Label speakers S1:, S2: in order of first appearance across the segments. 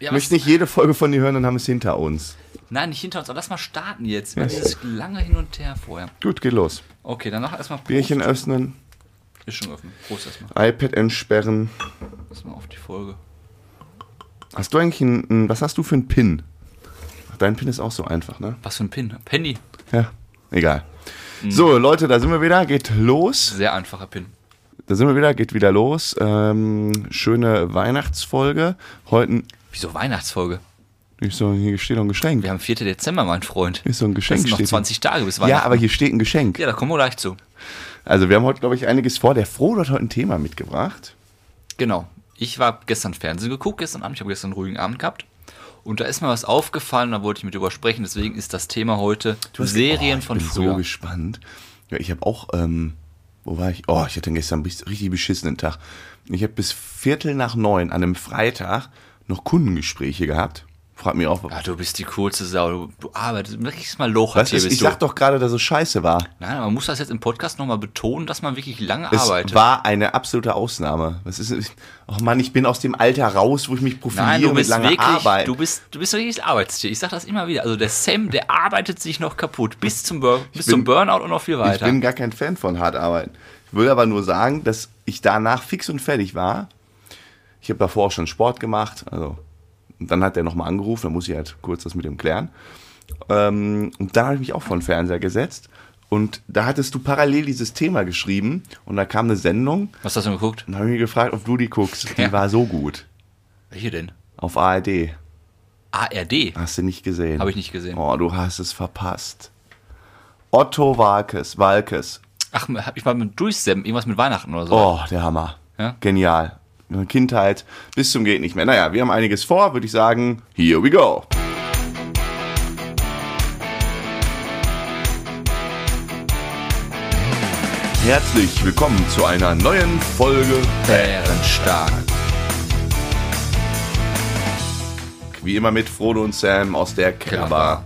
S1: Ja, Möchte nicht jede Folge von dir hören, dann haben wir es hinter uns.
S2: Nein, nicht hinter uns, aber lass mal starten jetzt. Über dieses lange hin und her vorher.
S1: Gut, geht los.
S2: Okay, danach erstmal Prost.
S1: Bierchen öffnen,
S2: Ist schon offen. Prost erstmal.
S1: iPad entsperren.
S2: Lass mal auf die Folge.
S1: Hast du eigentlich einen, was hast du für einen Pin? Dein Pin ist auch so einfach, ne?
S2: Was für ein Pin? Penny.
S1: Ja, egal.
S2: Mhm.
S1: So, Leute, da sind wir wieder, geht los.
S2: Sehr einfacher Pin.
S1: Da sind wir wieder, geht wieder los. Ähm, schöne Weihnachtsfolge. Heute
S2: Wieso Weihnachtsfolge?
S1: ist so, hier steht noch ein Geschenk.
S2: Wir haben 4. Dezember, mein Freund.
S1: Hier ist so ein
S2: Das
S1: Geschenk.
S2: sind noch
S1: steht hier.
S2: 20 Tage bis
S1: ja,
S2: Weihnachten.
S1: aber hier steht ein Geschenk.
S2: Ja, da kommen wir gleich zu.
S1: Also wir haben heute, glaube ich, einiges vor. Der Frodo hat heute ein Thema mitgebracht.
S2: Genau. Ich war gestern Fernsehen geguckt, gestern Abend. Ich habe gestern einen ruhigen Abend gehabt. Und da ist mir was aufgefallen, da wollte ich mit drüber sprechen. Deswegen ist das Thema heute Serien
S1: oh, ich
S2: von
S1: bin
S2: früher.
S1: so gespannt. Ja, ich habe auch, ähm, wo war ich? Oh, ich hatte gestern einen bis- richtig beschissenen Tag. Ich habe bis Viertel nach neun an einem Freitag noch Kundengespräche gehabt. Frag mich auch,
S2: ja, du bist die kurze Sau. Du, du arbeitest, wirklich mal Locher
S1: was
S2: hier
S1: ist,
S2: bist
S1: ich
S2: du.
S1: sag doch gerade, dass es scheiße war.
S2: Nein, man muss das jetzt im Podcast nochmal betonen, dass man wirklich lange
S1: Es
S2: arbeitet.
S1: war eine absolute Ausnahme. Was ist, ich, oh Mann, ich bin aus dem Alter raus, wo ich mich profiliere
S2: Nein, du bist
S1: mit langer
S2: wirklich,
S1: Arbeit.
S2: du bist, du bist wirklich Arbeitstier. Ich sag das immer wieder. Also der Sam, der arbeitet sich noch kaputt bis zum, Bur bis
S1: bin-
S2: zum Burnout und noch viel
S1: Ich
S2: weiter.
S1: bin gar kein Fan von hart arbeiten. Ich will aber nur sagen, dass ich danach fix und fertig war. Ich habe davor auch schon Sport gemacht. Also, und dann hat er nochmal angerufen, dann muss ich halt kurz das mit ihm klären. Ähm, und dann habe ich mich auch vor den Fernseher gesetzt. Und da hattest du parallel dieses Thema geschrieben. Und da kam eine Sendung.
S2: Was hast du denn geguckt?
S1: Und da habe ich mich gefragt, ob du die guckst. Die
S2: Ja.
S1: war so gut.
S2: Welche denn?
S1: Auf ARD.
S2: ARD.
S1: Hast du nicht gesehen?
S2: Habe ich nicht gesehen.
S1: Oh, du hast es verpasst. Otto Walkes, Walkes,
S2: Ach, hab ich mal mit Durchsemmen, irgendwas mit Weihnachten oder so.
S1: Oh, der Hammer.
S2: Ja?
S1: Genial. Kindheit bis zum geht nicht mehr. Naja, wir haben einiges vor, würde ich sagen. Here we go. Herzlich willkommen zu einer neuen Folge
S2: Bärenstark.
S1: Wie immer mit Frodo und Sam aus der Kellerbar.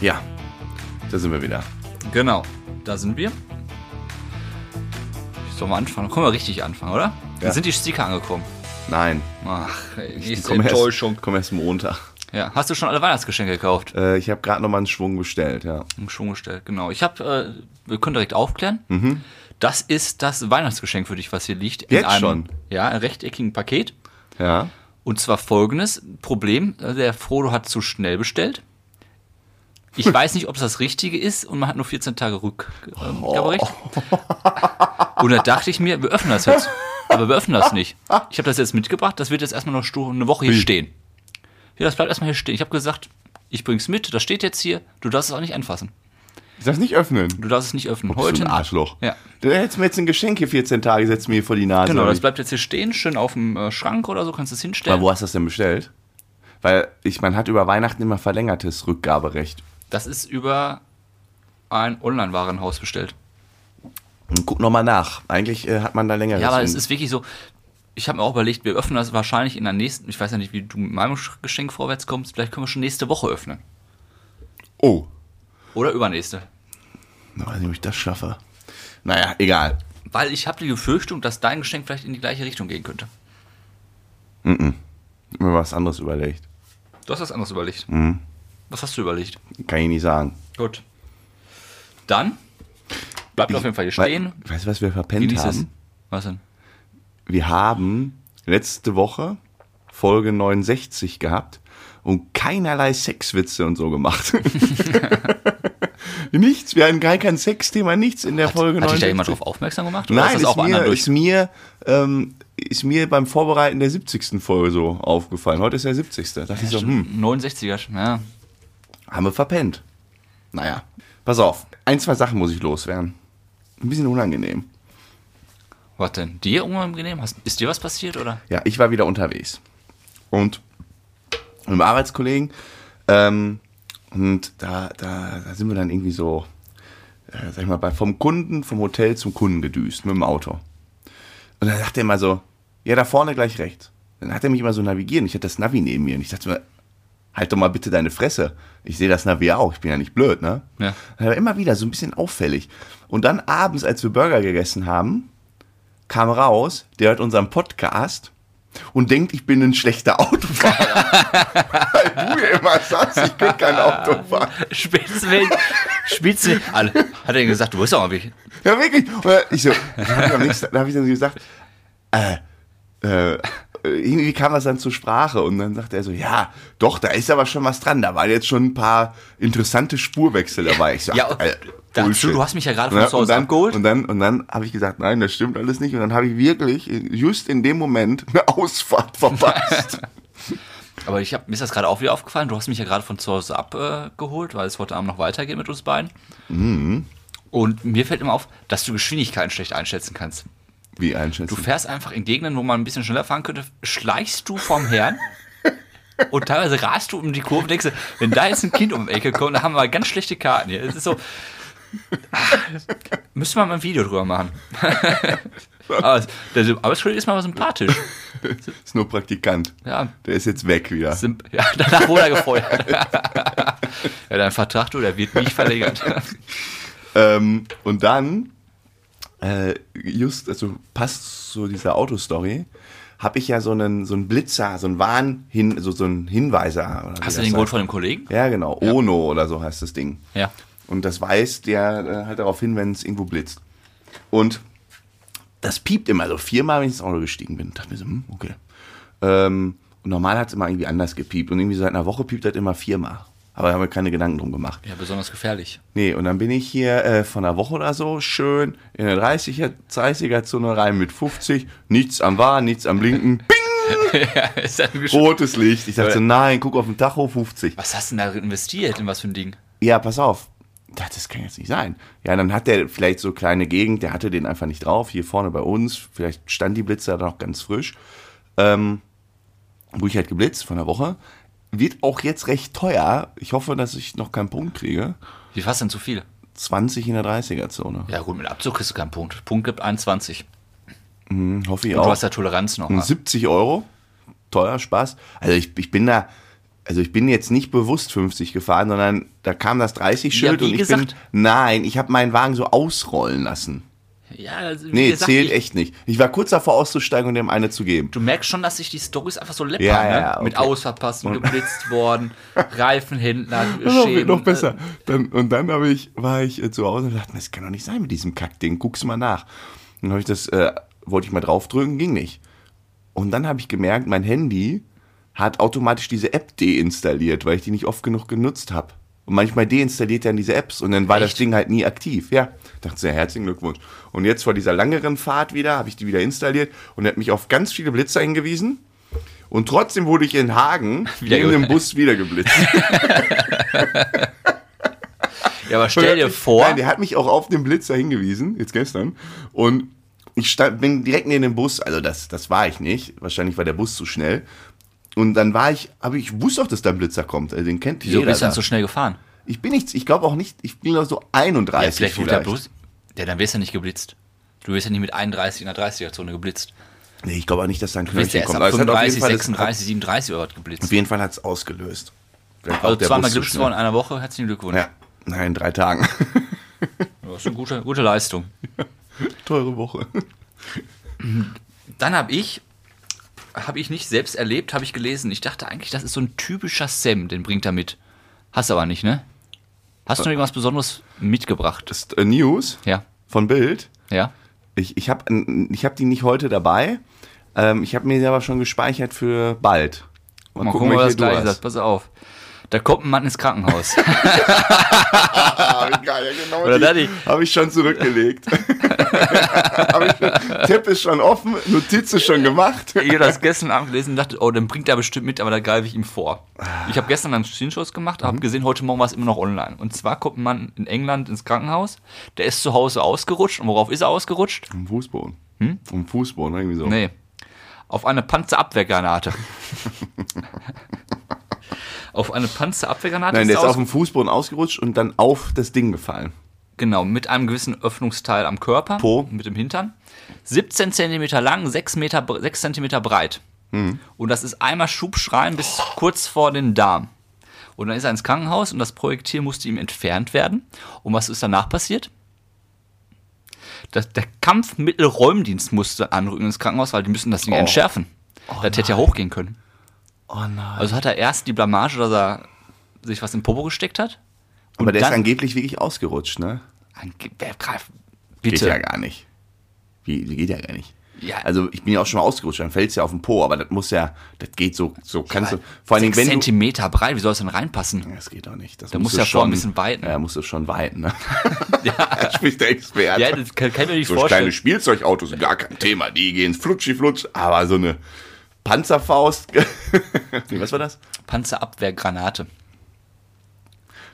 S1: Ja, da sind wir wieder.
S2: Genau, da sind wir. Ich soll mal anfangen. Können wir richtig anfangen, oder?
S1: Ja.
S2: Dann sind die Sticker angekommen.
S1: Nein,
S2: Ach, ey,
S1: ich
S2: nächste
S1: komme erst,
S2: Enttäuschung.
S1: komm erst Montag.
S2: Ja, hast du schon alle Weihnachtsgeschenke gekauft?
S1: Äh, ich habe gerade nochmal einen Schwung bestellt, ja.
S2: Schon gestellt, genau. Ich habe, äh, wir können direkt aufklären. Das ist das Weihnachtsgeschenk für dich, was hier liegt.
S1: Mhm. Jetzt
S2: einem,
S1: schon?
S2: Ja, ein rechteckigen Paket.
S1: Ja,
S2: Und zwar folgendes Problem, äh, der Frodo hat zu schnell bestellt. Ich weiß nicht, ob es das Richtige ist und man hat nur 14 Tage
S1: Oh.
S2: Rückgaberecht. Und da dachte ich mir, wir öffnen das jetzt. Aber wir öffnen das nicht. Ich habe das jetzt mitgebracht, das wird jetzt erstmal noch stu- eine Woche hier stehen. Ja, das bleibt erstmal hier stehen. Ich habe gesagt, ich bring's mit, das steht jetzt hier, du darfst es auch nicht anfassen.
S1: ich darf nicht öffnen.
S2: Du darfst es nicht öffnen.
S1: Heute
S2: Heute
S1: ein Arschloch.
S2: Ja.
S1: Du hättest mir jetzt ein Geschenk hier 14 Tage, setzt mir hier vor die Nase.
S2: Genau,
S1: Oder
S2: das
S1: wie?
S2: bleibt jetzt hier stehen, schön auf dem äh, Schrank oder so, kannst du es hinstellen.
S1: Aber wo hast du das denn bestellt? Weil ich, man hat über Weihnachten immer verlängertes Rückgaberecht.
S2: Das ist über ein Online-Warenhaus bestellt.
S1: Und guck nochmal nach. Eigentlich äh, hat man da längeres.
S2: Ja, aber es
S1: Und-
S2: ist wirklich so. Ich habe mir auch überlegt, wir öffnen das wahrscheinlich in der nächsten. Ich weiß ja nicht, wie du mit meinem Geschenk vorwärts kommst. Vielleicht können wir schon nächste Woche öffnen.
S1: oh,
S2: Oder übernächste.
S1: na, weiß nicht, ob ich das schaffe. Naja, egal.
S2: Weil ich habe die Befürchtung, dass dein Geschenk vielleicht in die gleiche Richtung gehen könnte.
S1: Hab Mir was anderes überlegt.
S2: Du hast was anderes überlegt.
S1: Mhm.
S2: Was hast du überlegt?
S1: Kann ich nicht sagen.
S2: Gut. Dann bleibt auf jeden Fall hier stehen.
S1: Wei- Weißt du, was wir verpennt
S2: Genieß es.
S1: haben?
S2: Was denn?
S1: Wir haben letzte Woche Folge 69 gehabt und keinerlei Sexwitze und so gemacht. nichts, wir hatten gar kein Sexthema, nichts in der Folge
S2: Hat dich
S1: 69.
S2: da jemand drauf aufmerksam gemacht?
S1: Nein, ist,
S2: das auch bei
S1: mir,
S2: anderen durch?
S1: ist, mir, ähm, ist mir beim Vorbereiten der 70. Folge so aufgefallen. Heute ist der 70. Da dachte ich so, hm,
S2: 69er, ja.
S1: haben wir verpennt. Naja, pass auf. Ein, zwei Sachen muss ich loswerden. Ein bisschen unangenehm.
S2: Was denn? Dir unangenehm? Hast- Ist dir was passiert oder?
S1: Ja, ich war wieder unterwegs. Und mit einem Arbeitskollegen. Ähm, und da, da, da sind wir dann irgendwie so, äh, sag ich mal, bei, vom Kunden, vom Hotel zum Kunden gedüst mit dem Auto. Und dann dachte er immer so, ja, da vorne gleich rechts. Dann hat er mich immer so navigieren. Ich hatte das Navi neben mir. Und ich dachte mir, halt doch mal bitte deine Fresse. Ich sehe das Navi auch. Ich bin ja nicht blöd, ne?
S2: Ja.
S1: Aber immer wieder so ein bisschen auffällig. Und dann abends, als wir Burger gegessen haben, kam raus, der hört unseren Podcast und denkt, ich bin ein schlechter Autofahrer. Weil du ja immer sagst, ich bin kein Autofahrer.
S2: Spitzwind. Spitzwind. Alle, hat er ihm gesagt, du bist doch mal weg.
S1: Ja, wirklich. Und dann- ich so, ich hab am nächsten- da habe ich dann so gesagt, äh, äh, irgendwie kam das dann zur Sprache und dann sagte er so, ja, doch, da ist aber schon was dran. Da waren jetzt schon ein paar interessante Spurwechsel dabei. Ich so,
S2: Ja,
S1: ach, äh,
S2: dazu,
S1: Bullshit.
S2: du hast mich ja gerade von
S1: Ja,
S2: zu
S1: und
S2: Hause
S1: dann,
S2: abgeholt.
S1: Und dann, und dann habe ich gesagt, nein, das stimmt alles nicht. Und dann habe ich wirklich, just in dem Moment, eine Ausfahrt verpasst.
S2: Aber ich hab, mir ist das gerade auch wieder aufgefallen. Du hast mich ja gerade von zu Hause abgeholt, weil es heute Abend noch weitergeht mit uns beiden.
S1: Mhm.
S2: Und mir fällt immer auf, dass du Geschwindigkeiten schlecht einschätzen kannst.
S1: Wie einschätzen?
S2: Du fährst einfach in Gegenden, wo man ein bisschen schneller fahren könnte, schleichst du vom Herrn und teilweise rast du um die Kurve und denkst, dir, wenn da jetzt ein Kind um die Ecke kommt, dann haben wir ganz schlechte Karten hier. Es ist so. Ah, Müssen wir mal ein Video drüber machen. aber der Arbeitskollege ist mal sympathisch.
S1: ist nur Praktikant.
S2: Ja,
S1: Der ist jetzt weg wieder.
S2: Simp ja, danach wurde er gefeuert. ja, dein Vertrag, du, der wird nicht verlängert.
S1: Ähm, und dann, äh, just, also passt zu dieser Autostory, habe ich ja so einen, so einen Blitzer, so einen Warn, hin, so, so einen Hinweiser. Oder wie
S2: Hast
S1: das
S2: du den
S1: heißt.
S2: Grund von dem Kollegen?
S1: Ja, genau. Ono oder so heißt das Ding.
S2: Ja.
S1: Und das weist der äh, halt darauf hin, wenn es irgendwo blitzt. Und das piept immer so viermal, wenn ich ins Auto gestiegen bin. Dachte mir so, hm, okay. Ähm, und normal hat es immer irgendwie anders gepiept. Und irgendwie seit einer Woche piept das immer viermal. Aber da haben wir keine Gedanken drum gemacht.
S2: Ja, besonders gefährlich.
S1: Nee, und dann bin ich hier äh, von einer Woche oder so schön in der 30er, 30er-Zone rein mit 50. Nichts am Wahren, nichts am Blinken. Ping,
S2: ja, ist dann gesch-
S1: rotes Licht. Ich dachte so, nein, guck auf den Tacho, 50.
S2: Was hast du denn da investiert in was für ein Ding?
S1: Ja, pass auf. Das, das kann jetzt nicht sein. Ja, dann hat der vielleicht so kleine Gegend, der hatte den einfach nicht drauf. Hier vorne bei uns, vielleicht stand die Blitzer da noch ganz frisch. Ähm, wo ich halt geblitzt von der Woche. Wird auch jetzt recht teuer. Ich hoffe, dass ich noch keinen Punkt kriege.
S2: Wie fast denn zu viel?
S1: 20 in der 30er-Zone.
S2: Ja, gut, mit Abzug kriegst du keinen Punkt. Punkt gibt 21.
S1: Hm, Hoffe ich
S2: Und
S1: auch.
S2: du hast ja Toleranz noch.
S1: Und 70 Euro. Teuer, Spaß. Also ich, ich bin da, also ich bin jetzt nicht bewusst 50 gefahren, sondern da kam das
S2: Ja,
S1: 30-Schild
S2: wie
S1: und ich
S2: gesagt.
S1: bin. Nein, ich habe meinen Wagen so ausrollen lassen.
S2: Ja, also, wie
S1: Nee,
S2: gesagt,
S1: zählt
S2: ich-
S1: echt nicht. Ich war kurz davor auszusteigen und dem eine zu geben.
S2: Du merkst schon, dass sich die Storys einfach so läppern,
S1: Ja,
S2: ne?
S1: ja, okay.
S2: Mit Ausverpasst und geblitzt worden, Reifenhändler,
S1: Das war
S2: Schäden.
S1: noch besser. Dann, und dann hab ich, war ich äh, zu Hause und dachte, das kann doch nicht sein mit diesem Kackding. Guck's mal nach. Dann habe ich das, äh, wollte ich mal draufdrücken, ging nicht. Und dann habe ich gemerkt, mein Handy hat automatisch diese App deinstalliert, weil ich die nicht oft genug genutzt habe. Und manchmal deinstalliert er dann diese Apps und dann war das
S2: Echt?
S1: Ding halt nie aktiv. Ja, dachte sehr herzlichen Glückwunsch. Und jetzt vor dieser langeren Fahrt wieder habe ich die wieder installiert und er hat mich auf ganz viele Blitzer hingewiesen. Und trotzdem wurde ich in Hagen
S2: Wieder
S1: in einem
S2: ge-
S1: Bus wieder geblitzt.
S2: äh, Ja, aber stell dir
S1: Nein,
S2: vor,
S1: Nein, der hat mich auch auf den Blitzer hingewiesen, jetzt gestern. Und ich stand, bin direkt neben dem Bus, also das, das war ich nicht. Wahrscheinlich war der Bus zu schnell. Und dann war ich, aber ich wusste auch, dass da ein Blitzer kommt. Also den kennt
S2: wieso
S1: jeder.
S2: bist du
S1: da.
S2: denn so schnell gefahren?
S1: ich bin nicht, ich glaube auch nicht, ich bin nur so 31
S2: Ja, vielleicht wurde der
S1: vielleicht.
S2: bloß. Ja, dann wirst du ja nicht geblitzt. Du wirst ja nicht mit 31 in der 30er-Zone geblitzt.
S1: Nee, ich glaube auch nicht, dass da ein
S2: Du wirst ja
S1: Knöllchen
S2: erst
S1: kommt.
S2: ab
S1: Aber es hat auf
S2: 35,
S1: jeden Fall,
S2: 36, 37 oder was
S1: Auf
S2: geblitzt.
S1: jeden Fall hat es ausgelöst. Vielleicht war
S2: Also
S1: auch der
S2: zweimal
S1: Bus zu
S2: geblitzt
S1: schnell.
S2: worden in einer Woche, herzlichen Glückwunsch.
S1: Ja, nein, in drei Tagen.
S2: Das ist eine gute, gute Leistung.
S1: Teure Woche.
S2: Dann habe ich, habe ich nicht selbst erlebt, habe ich gelesen. Ich dachte eigentlich, das ist so ein typischer Sam, den bringt er mit. Hast du aber nicht, ne? Hast du noch irgendwas Besonderes mitgebracht?
S1: Das äh, News
S2: Ja,
S1: von Bild.
S2: ja.
S1: Ich, ich habe ich hab die nicht heute dabei. Ähm, ich habe mir die aber schon gespeichert für bald. Mal,
S2: Mal gucken, ob er das
S1: welche
S2: gleiche
S1: du
S2: sagt.
S1: hast.
S2: Pass auf. Da kommt ein Mann ins Krankenhaus.
S1: Ah, egal, ja, genau
S2: Oder da die-
S1: die habe ich schon zurückgelegt. Hab ich schon, Tipp ist schon offen, Notiz ist schon gemacht.
S2: Ich habe das gestern Abend gelesen und dachte, oh, dann bringt er bestimmt mit, aber da greife ich ihm vor. Ich habe gestern einen Screenshots gemacht,
S1: Mhm.
S2: habe gesehen, heute Morgen war es immer noch online. Und zwar kommt ein Mann in England ins Krankenhaus, der ist zu Hause ausgerutscht. Und worauf ist er ausgerutscht?
S1: Um Fußboden. Um Fußboden, irgendwie so.
S2: Hm? Nee. Auf eine Panzerabwehrgranate. auf eine Panzerabwehrgranate
S1: Nein, der ist
S2: er
S1: auf dem Fußboden ausgerutscht und dann auf das Ding gefallen.
S2: Genau, mit einem gewissen Öffnungsteil am Körper,
S1: Po.
S2: mit dem Hintern. 17 Zentimeter lang, 6, Meter, bre- 6 Zentimeter breit.
S1: Mhm.
S2: Und das ist einmal Schubschreien bis kurz vor den Darm. Und dann ist er ins Krankenhaus und das Projektil musste ihm entfernt werden. Und was ist danach passiert? Das, der Kampfmittelräumdienst musste anrücken ins Krankenhaus, weil die müssen das Ding
S1: Oh.
S2: entschärfen. das hätte ja hochgehen können.
S1: Oh nein.
S2: Also hat er erst die Blamage, dass er sich was in Popo gesteckt hat.
S1: Aber der ist
S2: dann-
S1: angeblich wirklich ausgerutscht, ne?
S2: Ange- Wer greift?
S1: Geht
S2: Bitte.
S1: ja gar nicht. Wie, wie geht ja gar nicht.
S2: Ja.
S1: Also ich bin ja auch schon mal ausgerutscht, dann fällt's ja auf den Po, aber das muss ja, das geht so, so kannst du. Vor allen Dingen,
S2: Sechs
S1: wenn du.
S2: Zentimeter breit, wie soll es denn reinpassen?
S1: Das geht doch nicht. Das
S2: Da musst du ja
S1: schon
S2: vorher ein bisschen weiten.
S1: Ja, musst du schon weiten, ne? ja. Spricht der Experte.
S2: Ja, das kann, kann ich mir nicht
S1: so
S2: vorstellen.
S1: kleine Spielzeugautos, gar kein Thema. Die gehen flutschi flutsch, aber so eine Panzerfaust. nee, was war das?
S2: Panzerabwehrgranate.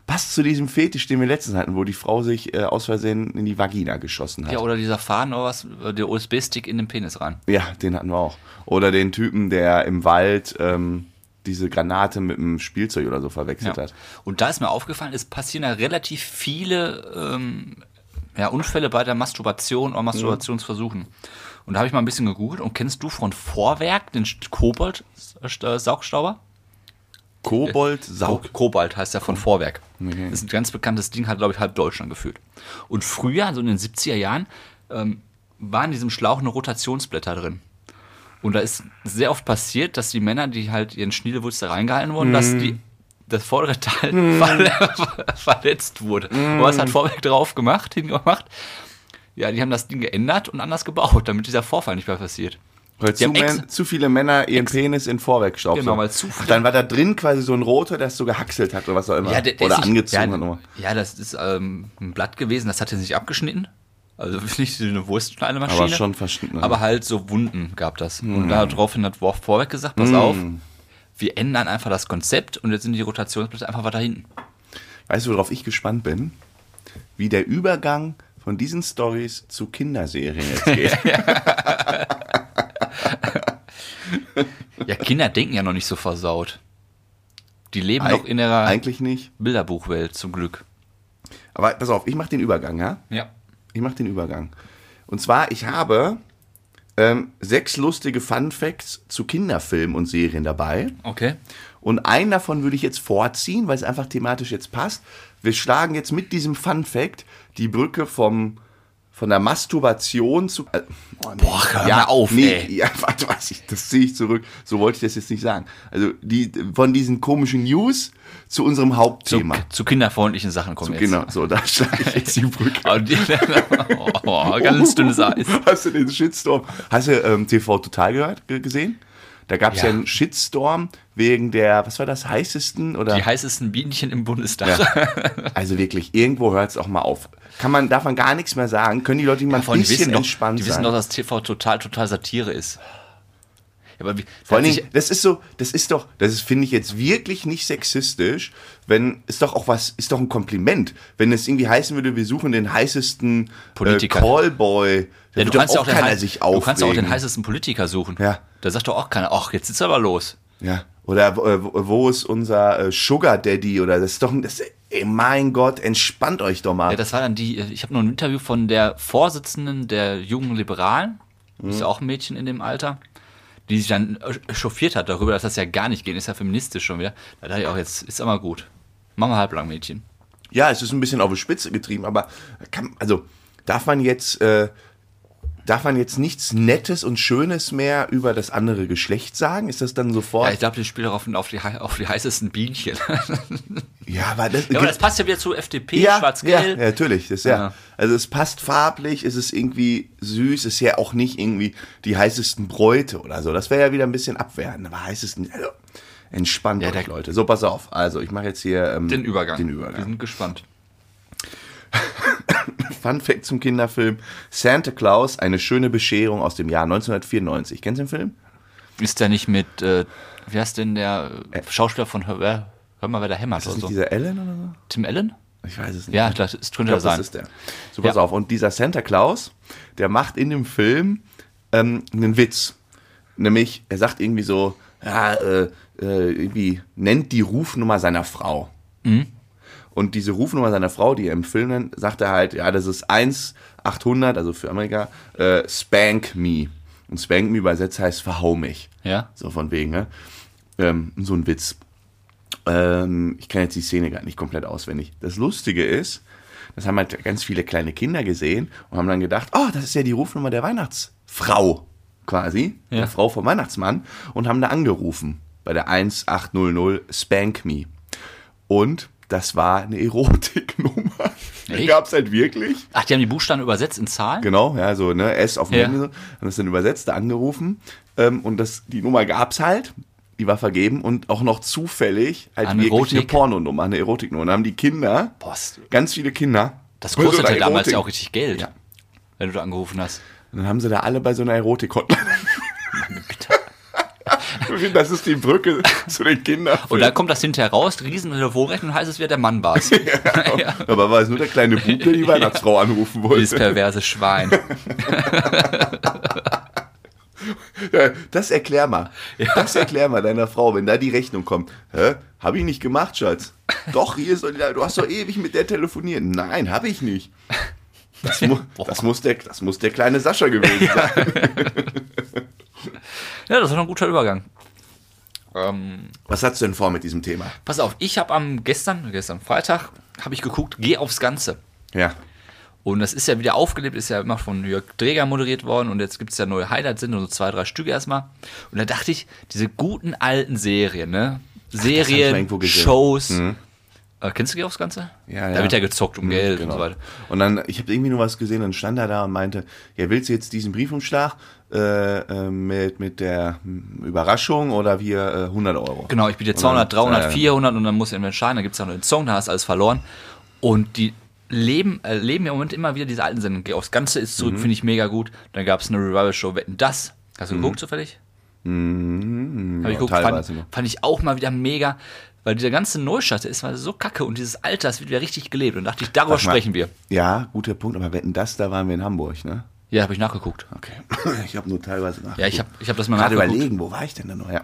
S1: Passt zu diesem Fetisch, den wir letztens hatten, wo die Frau sich äh, aus Versehen in die Vagina geschossen hat.
S2: Ja, oder dieser Faden oder was, äh, der USB-Stick in den Penis rein.
S1: Ja, den hatten wir auch. Oder den Typen, der im Wald ähm, diese Granate mit einem Spielzeug oder so verwechselt
S2: Ja.
S1: hat.
S2: Und da ist mir aufgefallen, es passieren ja relativ viele ähm, ja, Unfälle bei der Masturbation
S1: Mhm.
S2: oder Masturbationsversuchen. Und da habe ich mal ein bisschen gegoogelt. Und kennst du von Vorwerk den äh, Kobold-Saugstauber?
S1: Kobold Saug.
S2: Kobalt heißt ja von Vorwerk.
S1: Okay.
S2: Das ist ein ganz bekanntes Ding, hat, glaube ich, halb Deutschland gefühlt. Und früher, so in den 70er Jahren, ähm, war in diesem Schlauch eine Rotationsblätter drin. Und da ist sehr oft passiert, dass die Männer, die halt ihren Schniedelwurz da reingehalten wurden, dass die das vordere Teil ver verletzt wurde. Und was hat Vorwerk drauf gemacht, hingemacht? Ja, die haben das Ding geändert und anders gebaut, damit dieser Vorfall nicht mehr passiert.
S1: Weil
S2: Die
S1: zu,
S2: haben ex-
S1: men- zu viele Männer ihren Penis in Vorwerk stauben.
S2: Genau, weil zu viele-
S1: Dann war da drin quasi so ein roter, der es so gehackselt hat oder was auch immer.
S2: Ja, der, der
S1: oder
S2: ist nicht,
S1: angezogen hat.
S2: ja,
S1: nochmal.
S2: ja, das ist ähm, ein Blatt gewesen, das hat er sich abgeschnitten. Also nicht so eine Wurstschneidemaschine.
S1: Aber schon verschnitten. ne? Hm.
S2: Aber halt so Wunden gab das. Und daraufhin hat Worf vorweg gesagt, pass auf, wir ändern einfach das Konzept und jetzt sind die Rotationsblätter einfach weiter hinten.
S1: Weißt du, worauf ich gespannt bin? Wie der Übergang von diesen Stories zu Kinderserien jetzt geht.
S2: Ja, Kinder denken ja noch nicht so versaut. Die leben noch in ihrer
S1: Eigentlich nicht.
S2: Bilderbuchwelt, zum Glück.
S1: Aber pass auf, ich mach den Übergang, ja?
S2: Ja.
S1: Ich mache den Übergang. Und zwar, ich habe ähm, sechs lustige Fun Facts zu Kinderfilmen und Serien dabei.
S2: Okay.
S1: Und einen davon würde ich jetzt vorziehen, weil es einfach thematisch jetzt passt. Wir schlagen jetzt mit diesem Fun Fact die Brücke vom, von der Masturbation zu. Äh, oh, nee.
S2: Boah, hör mal auf, ey.
S1: Ja, warte, was ich, das ziehe ich zurück. So wollte ich das jetzt nicht sagen. Also die, von diesen komischen News zu unserem
S2: Zu,
S1: Hauptthema.
S2: zu kinderfreundlichen Sachen kommen jetzt.
S1: Genau, so, da schlage ich jetzt die Brücke.
S2: Aber die- oh, ganz dünnes Eis.
S1: Hast du den Shitstorm? Hast du ähm, TV Total gehört, ge- gesehen? Da gab es ja.
S2: Ja.
S1: einen Shitstorm wegen der, was war das, heißesten oder?
S2: Die heißesten Bienchen im Bundestag.
S1: also wirklich, irgendwo hört es auch mal auf. Kann man, darf man gar nichts mehr sagen? Können die Leute mal
S2: Vor
S1: ein
S2: allem,
S1: bisschen
S2: wissen doch,
S1: entspannt
S2: die
S1: sein?
S2: wissen doch, dass TV total, total Satire ist. Ja, aber wie,
S1: Vor allen
S2: als ich-
S1: Dingen, das ist so, das ist doch, das ist, finde ich jetzt wirklich nicht sexistisch, wenn, ist doch auch was, ist doch ein Kompliment, wenn es irgendwie heißen würde, wir suchen den heißesten
S2: Politiker.
S1: Äh, Callboy, da
S2: ja,
S1: wird
S2: du,
S1: doch
S2: kannst ja auch den,
S1: keiner
S2: hei-
S1: sich
S2: du
S1: aufregen.
S2: kannst ja auch den heißesten Politiker suchen.
S1: Ja.
S2: Da sagt doch auch keiner, ach, jetzt ist aber los.
S1: Ja. Oder äh, wo- wo ist unser äh, Sugar Daddy? Oder das ist doch, ein- das, ey, mein Gott, entspannt euch doch mal.
S2: Ja, das war dann die, äh, ich habe noch ein Interview von der Vorsitzenden der jungen Liberalen,
S1: Mhm.
S2: ist ja auch ein Mädchen in dem Alter, die sich dann äh, chauffiert hat darüber, dass das ja gar nicht geht, ist ja feministisch schon wieder. Da dachte ich auch, jetzt ist aber gut. Mach mal halblang, Mädchen.
S1: ja, es ist ein bisschen auf die Spitze getrieben, aber kann, also darf man jetzt, äh, darf man jetzt nichts Nettes und Schönes mehr über das andere Geschlecht sagen? Ist das dann
S2: Ja,
S1: sofort?
S2: ich
S1: Ja,
S2: glaube, die spielen darauf hin, auf die, hei- auf die heißesten Bienchen.
S1: aber das,
S2: ja, aber das passt ja wieder zu FDP,
S1: ja,
S2: Schwarz-Gelb.
S1: ja, natürlich. Das, ist ja.
S2: Ja.
S1: Also es passt farblich, es ist irgendwie süß, es ist ja auch nicht irgendwie die heißesten Bräute oder so. Das wäre ja wieder ein bisschen abwertend, aber heißesten, also entspannt
S2: Ja,
S1: euch,
S2: der-
S1: Leute. So, pass auf. Also ich mache jetzt hier ähm,
S2: Den Übergang.
S1: Den
S2: Wir
S1: Übergang.
S2: sind gespannt.
S1: Fun Fact zum Kinderfilm. Santa Claus, eine schöne Bescherung aus dem Jahr 1994. Kennst du den Film?
S2: Ist der nicht mit, äh, wie heißt denn der äh, Schauspieler von Hör, wer, hör mal, wer da hämmert
S1: Ist das
S2: oder
S1: nicht
S2: so?
S1: dieser Ellen oder so?
S2: Tim Allen?
S1: Ich weiß es nicht.
S2: Ja, das ist, könnte
S1: Ich
S2: er
S1: glaub,
S2: sein.
S1: das ist der. So, pass
S2: Ja.
S1: auf. Und dieser Santa Claus, der macht in dem Film ähm, einen Witz. Nämlich, er sagt irgendwie so, ja, äh, äh, irgendwie nennt die Rufnummer seiner Frau.
S2: Mhm.
S1: Und diese Rufnummer seiner Frau, die er im Film nennt, sagt er halt, ja, das ist 1800, also für Amerika, äh, Spank Me. Und Spank Me übersetzt heißt verhau mich.
S2: Ja.
S1: So von wegen, ne? Ähm, so ein Witz. Ähm, ich kann jetzt die Szene gar nicht komplett auswendig. Das Lustige ist, das haben halt ganz viele kleine Kinder gesehen und haben dann gedacht, oh, das ist ja die Rufnummer der Weihnachtsfrau. quasi,
S2: Ja.
S1: der Frau vom Weihnachtsmann, und haben da angerufen bei der 1800 Spank Me. Und das war eine Erotiknummer. Die
S2: Echt?
S1: gab es halt wirklich.
S2: Ach, die haben die Buchstaben übersetzt in Zahlen?
S1: Genau, ja, so, ne, S auf dem
S2: Ja.
S1: Handy, so, haben das dann übersetzt, da angerufen. Ähm, und das, die Nummer gab's halt, die war vergeben und auch noch zufällig halt
S2: Eine
S1: wirklich eine
S2: Erotik.
S1: Pornonummer, eine Erotiknummer. Und dann haben die Kinder,
S2: Boah, das-
S1: ganz viele Kinder,
S2: Das
S1: bei so
S2: kostete
S1: einer
S2: damals ja auch
S1: Erotik-
S2: richtig Geld,
S1: Ja.
S2: wenn du da angerufen hast.
S1: Und dann haben sie da alle bei so einer Erotik-Hotline. Das ist die Brücke zu den Kindern.
S2: Und dann kommt das hinterher raus, riesen Telefonrechnung, heißt es wieder der Mann war's.
S1: Dabei war es nur der kleine Bub, der die Weihnachtsfrau anrufen
S2: Dieses
S1: wollte.
S2: perverse Schwein.
S1: Äh, Das erklär mal. Das erklär mal deiner Frau, wenn da die Rechnung kommt. Hä? Hab ich nicht gemacht, Schatz. Doch, hier ist doch die- du hast doch ewig mit der telefoniert. Nein, hab ich nicht. Das, mu das, muss, der, das muss der kleine Sascha gewesen sein.
S2: Ja, das war noch ein guter Übergang. Ähm,
S1: Was hast du denn vor mit diesem Thema?
S2: pass auf, ich habe am gestern, gestern Freitag, habe ich geguckt, geh aufs Ganze.
S1: Ja.
S2: Und das ist ja wieder aufgelebt, ist ja immer von Jörg Dreger moderiert worden und jetzt gibt es ja neue Highlights, sind nur so zwei, drei Stücke erstmal. Und da dachte ich, diese guten alten Serien, ne?
S1: ich mal
S2: Serien,
S1: irgendwo gesehen. Mhm.
S2: Shows. Äh, kennst du die auch das Ganze?
S1: Ja,
S2: da
S1: ja.
S2: wird ja gezockt um Geld und so weiter.
S1: Mhm, genau. Und dann, ich habe irgendwie nur was gesehen, dann stand er da und meinte, ja, willst du jetzt diesen Briefumschlag äh, äh, mit, mit der hm, Überraschung oder wir äh, 100 Euro?
S2: Genau, ich biete
S1: Und dann-
S2: 200, 300,
S1: äh,
S2: 400 und dann muss ich entscheiden, dann gibt es noch einen Song, da hast du alles verloren. Und die leben, äh, leben im Moment immer wieder diese alten Sendungen. Geh aufs Ganze ist
S1: Mhm.
S2: zurück, finde ich mega gut. Dann gab es eine Revival-Show, Wetten, das. Hast du geguckt zufällig? Mhm. Hab ich
S1: ja,
S2: geguckt,
S1: äh, teilweise
S2: fand,
S1: noch.
S2: fand ich auch mal wieder mega, weil dieser ganze Neustart der ist mal so kacke und dieses Alter, das wird wieder richtig gelebt. Und dachte ich, darüber
S1: mal.
S2: sprechen wir.
S1: Ja, guter Punkt, aber wetten das, da waren wir in Hamburg, ne?
S2: Ja, habe ich nachgeguckt.
S1: Okay. Ich habe nur teilweise nach.
S2: Ja, ich habe ich hab das mal
S1: gerade
S2: nachgeguckt.
S1: überlegen, wo war ich denn da noch? Ja.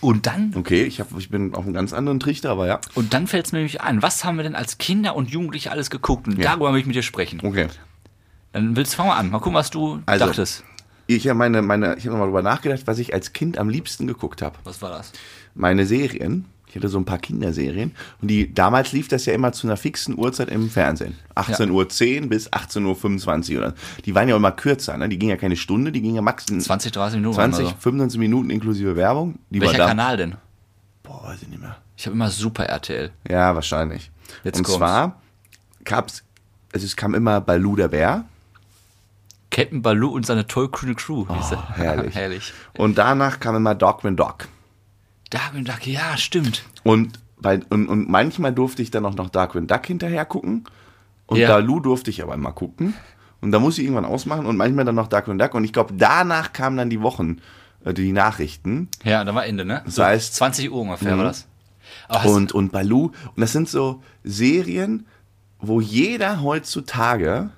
S2: Und dann
S1: Okay, ich, hab, ich bin auf einem ganz anderen Trichter, aber ja.
S2: Und dann fällt es mir nämlich ein, was haben wir denn als Kinder und Jugendliche alles geguckt? Und
S1: Ja.
S2: darüber will ich mit dir sprechen.
S1: Okay.
S2: Dann willst du, fang mal an. Mal gucken, was du
S1: Also-
S2: dachtest.
S1: Ich habe meine, meine, ich habe nochmal drüber nachgedacht, was ich als Kind am liebsten geguckt habe.
S2: Was war das?
S1: Meine Serien. Ich hatte so ein paar Kinderserien und die damals lief das ja immer zu einer fixen Uhrzeit im Fernsehen. 18.10 Uhr bis 18.25 Uhr. oder- Die waren ja auch immer kürzer, ne? Die gingen ja keine Stunde, die gingen ja maximal
S2: 20, 30 Minuten.
S1: 20
S2: Oder so.
S1: 25 Minuten inklusive Werbung. Die
S2: Welcher
S1: war da.
S2: Kanal denn?
S1: Boah, weiß ich nicht mehr.
S2: Ich habe immer Super RTL.
S1: Ja, wahrscheinlich.
S2: Jetzt
S1: und
S2: kommt's.
S1: zwar gab's, also es kam immer Baloo der Bär
S2: Captain Baloo und seine tollkühne Crew. hieß er.
S1: Oh, herrlich.
S2: herrlich.
S1: und danach kam immer Dogman Dog.
S2: Darwin dachte, ja, stimmt.
S1: Und, bei, und, und manchmal durfte ich dann auch noch Darkwing Duck hinterher gucken und
S2: Ja.
S1: Baloo durfte ich aber immer gucken und da muss ich irgendwann ausmachen und manchmal dann noch Darkwing Duck und ich glaube, danach kamen dann die Wochen, äh, die Nachrichten
S2: Ja, da war Ende, ne?
S1: Das heißt-
S2: 20 Uhr ungefähr
S1: Mhm.
S2: war das. Aber hast-
S1: und, und Baloo und das sind so Serien, wo jeder heutzutage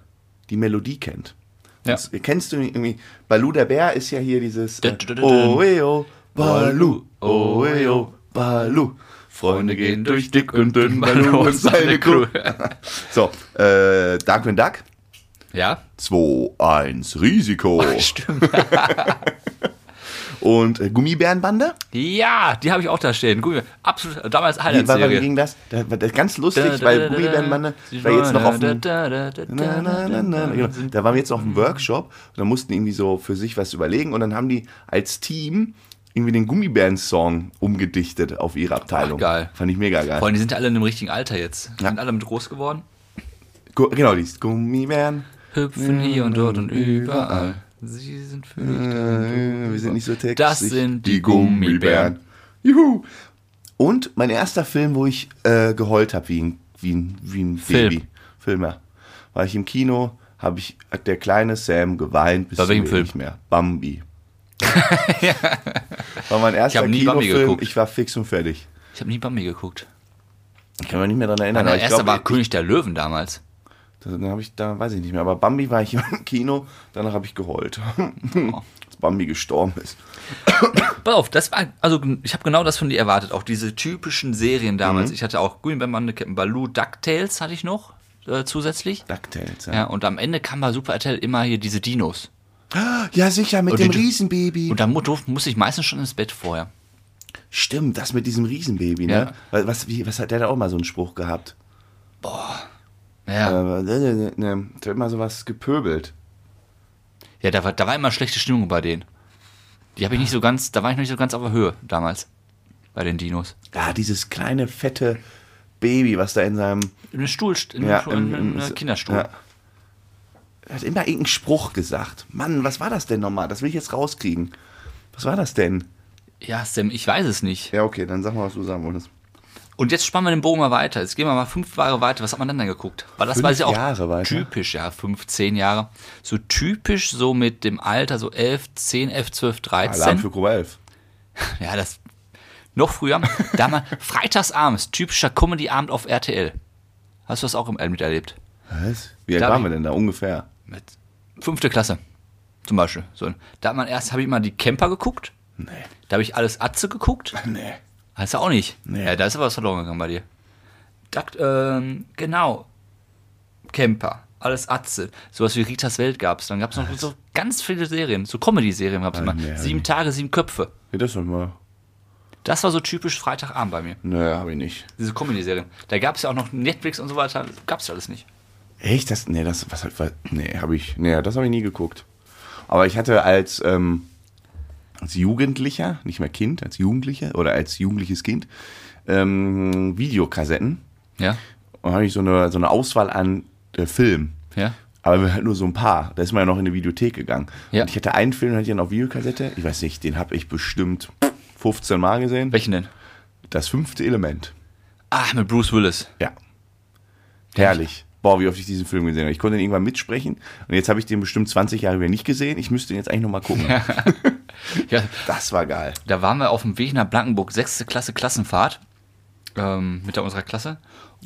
S1: die Melodie kennt.
S2: ja.
S1: Das, kennst du irgendwie, Baloo der Bär ist ja hier dieses äh,
S2: Dun, dun, dun, dun.
S1: Oeo, Baloo, Oeo, Baloo. Oh, eh, Freunde gehen durch dick und dünn, Baloo und seine Crew. So, äh, Darkwing Duck,
S2: ja,
S1: 2, 1, Risiko.
S2: stimmt.
S1: Und äh, Gummibärenbande,
S2: Ja, die habe ich auch da stehen. Gut, absolut. Damals
S1: wie, war, wie
S2: Highlight-Serie.
S1: ging das? Das war das ganz lustig, weil Gummibärenbande war ne? jetzt noch auf dem... Na, na, na, na, na, genau. Da waren wir jetzt auf einem Workshop und da mussten irgendwie so für sich was überlegen und dann haben die als Team irgendwie den Gummibären-Song umgedichtet auf ihre Abteilung.
S2: Ach, geil.
S1: Fand ich mega geil.
S2: Vor allem, die sind ja alle in einem richtigen Alter jetzt. Die
S1: Ja.
S2: sind alle mit groß geworden.
S1: Gu- genau, die ist Gummibären.
S2: Hüpfen hier und dort und überall. Sie sind für dich
S1: Äh,
S2: da.
S1: wir sind nicht so textig.
S2: Das sind die Gummibären.
S1: Juhu. Und mein erster Film, wo ich äh, geheult habe wie ein, wie ein, wie ein
S2: Film.
S1: Baby. Film, ja. War ich im Kino, habe ich, hat der kleine Sam geweint bis
S2: Bei welchem
S1: zum Geht
S2: Film?
S1: nicht mehr. Bambi. War mein erster
S2: hab nie Bambi
S1: Kinofilm.
S2: geguckt.
S1: Ich war fix und fertig.
S2: Ich habe nie Bambi geguckt.
S1: Ich kann mich nicht mehr daran erinnern.
S2: Mein
S1: aber ich
S2: erster
S1: glaub,
S2: war
S1: ich-
S2: König der Löwen damals.
S1: Dann habe ich, da weiß ich nicht mehr. Aber Bambi war ich im Kino, danach habe ich geheult.
S2: Oh.
S1: Als Bambi gestorben ist.
S2: Pass auf, das war, also ich habe genau das von dir erwartet. Auch diese typischen Serien
S1: Mhm.
S2: damals. Ich hatte auch Gummibärmann, Captain Baloo, DuckTales hatte ich noch äh, zusätzlich.
S1: DuckTales,
S2: Ja, und am Ende kam bei Super RTL immer hier diese Dinos.
S1: Ja, sicher, mit
S2: Und
S1: dem
S2: die-
S1: Riesenbaby.
S2: Und dann mu- durf- musste ich meistens schon ins Bett vorher.
S1: Stimmt, das mit diesem Riesenbaby, ne?
S2: Ja.
S1: Was, was, wie, was hat der da auch mal so einen Spruch gehabt?
S2: Ja,
S1: Aber, ne, ne, ne, ne, Der hat immer sowas gepöbelt.
S2: ja da, war, da war immer schlechte Stimmung bei denen. Die habe ich nicht so ganz, da war ich noch nicht so ganz auf der Höhe damals. Bei den Dinos.
S1: Ja, dieses kleine, fette Baby, was da in seinem.
S2: In einem Stuhl, in
S1: Ja, ne,
S2: einem,
S1: äh, im-
S2: in
S1: im-
S2: einem äh, Kinderstuhl.
S1: Ja. Er hat immer irgendeinen Spruch gesagt. Mann, was war das denn nochmal? Das will ich jetzt rauskriegen. Was war das denn?
S2: Ja, Sam, ich weiß es nicht.
S1: Ja, okay, dann sag mal, was du sagen wolltest.
S2: Und jetzt spannen wir den Bogen mal weiter. Jetzt gehen wir mal fünf Jahre weiter. Was hat man dann da geguckt? Weil das
S1: Fünf
S2: weiß ich auch.
S1: Jahre weiter?
S2: Typisch, ja, fünf, zehn Jahre. So typisch so mit dem Alter, so elf, zehn, elf, zwölf,
S1: Alarm
S2: dreizehn.
S1: Ah, für Gruppe 11.
S2: Ja, das noch früher. Damals, freitagsabends, typischer Comedy-Abend auf RTL. Hast du das auch im miterlebt?
S1: Was? Wie alt
S2: Darf
S1: waren
S2: ich-
S1: wir denn da ungefähr?
S2: Mit fünfte Klasse zum Beispiel. So, da hat man erst, habe ich mal die Camper geguckt.
S1: Nee.
S2: Da habe ich alles Atze geguckt.
S1: Äh, Nee.
S2: Hast du auch nicht?
S1: Nee.
S2: Ja, da ist aber was verloren gegangen bei dir. Dakt, ähm, genau. Camper, alles Atze. Sowas wie Ritas Welt gab es. Dann gab es noch so ganz viele Serien, so Comedy-Serien gab es immer.
S1: nee, hab
S2: sieben Tage, sieben Köpfe.
S1: Ja, das doch mal.
S2: Das war so typisch Freitagabend bei mir.
S1: Nö, hab ich nicht.
S2: Diese Comedy-Serien. Da gab es ja auch noch Netflix und so weiter. Gab es alles nicht.
S1: Echt? Das, nee, das, was, was nee, habe ich, nee, das habe ich nie geguckt. Aber ich hatte als, ähm, als Jugendlicher, nicht mehr Kind, als Jugendlicher oder als jugendliches Kind, ähm, Videokassetten.
S2: Ja,
S1: Und habe ich so eine, so eine Auswahl an äh, Filmen.
S2: ja.
S1: Aber halt nur so ein paar. Da ist man ja noch in die Videothek gegangen.
S2: Ja.
S1: Und ich hatte einen Film, den hatte ich dann auf Videokassette. Ich weiß nicht, den habe ich bestimmt 15 Mal gesehen.
S2: Welchen denn?
S1: Das fünfte Element.
S2: Ah, mit Bruce Willis.
S1: Ja. Herrlich. Boah, wie oft ich diesen Film gesehen habe. Ich konnte ihn irgendwann mitsprechen und jetzt habe ich den bestimmt 20 Jahre wieder nicht gesehen. Ich müsste ihn jetzt eigentlich nochmal gucken.
S2: Ja,
S1: Das war geil.
S2: da waren wir auf dem Weg nach Blankenburg, sechste Klasse Klassenfahrt. Ähm, mit der unserer Klasse.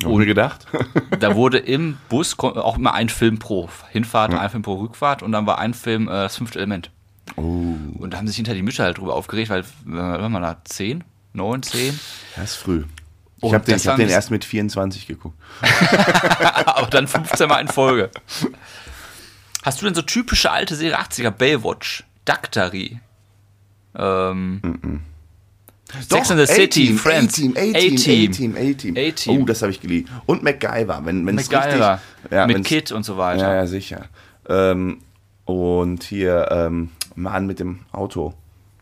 S1: Ohne gedacht.
S2: da wurde im Bus ko- auch immer ein Film pro Hinfahrt, ein Film pro Rückfahrt und dann war ein Film äh, das fünfte Element.
S1: Oh,
S2: Und da haben sich hinter die Mütter halt drüber aufgeregt, weil, äh, wenn man da, 10, 9, 10,
S1: das ist früh. Ich
S2: Und
S1: habe den,
S2: das
S1: ich hab
S2: war ein
S1: den
S2: bisschen-
S1: erst mit 24 geguckt.
S2: aber dann 15 Mal in Folge. Hast du denn so typische alte Serie 80er, Baywatch, Dactary, ähm, Sex and the City,
S1: A-Team,
S2: Friends,
S1: A-Team, A-Team, A-Team, A-Team.
S2: A-Team.
S1: Oh, das habe ich geliebt. Und MacGyver. Wenn, wenn's
S2: MacGyver,
S1: Richtig, ja,
S2: mit
S1: wenn's-
S2: Kid und so weiter.
S1: Ja, ja, sicher. Ähm, und hier, ähm, Mann mit dem Auto.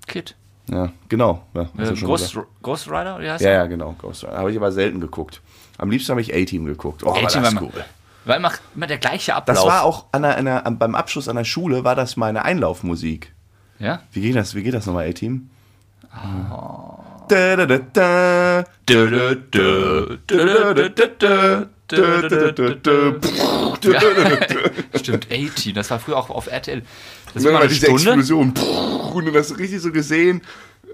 S2: Kid,
S1: Ja, genau. Ja, hast du
S2: äh,
S1: schon
S2: Ähm, Ghost,
S1: gesagt.
S2: Ghost Rider, wie heißt
S1: Ja, ja, genau. Ghost Rider. Habe ich aber selten geguckt. Am liebsten habe ich A-Team geguckt. Oh, war
S2: A-Team
S1: das
S2: war immer-
S1: cool.
S2: Weil immer, immer der gleiche Ablauf.
S1: Das war auch an der, an der, am- beim Abschluss an der Schule war das meine Einlaufmusik.
S2: ja?
S1: Wie geht das, wie geht das nochmal, A-Team? Ah. Da, da, da, da. Da, da, da. Da, da, da, da, da. Da, da, da, da, da.
S2: Ja. Stimmt, A-Team, das war früher auch auf RTL. Das war
S1: Immer
S2: mal eine
S1: diese
S2: Stunde.
S1: Explosion. Puh, Und du hast richtig so gesehen.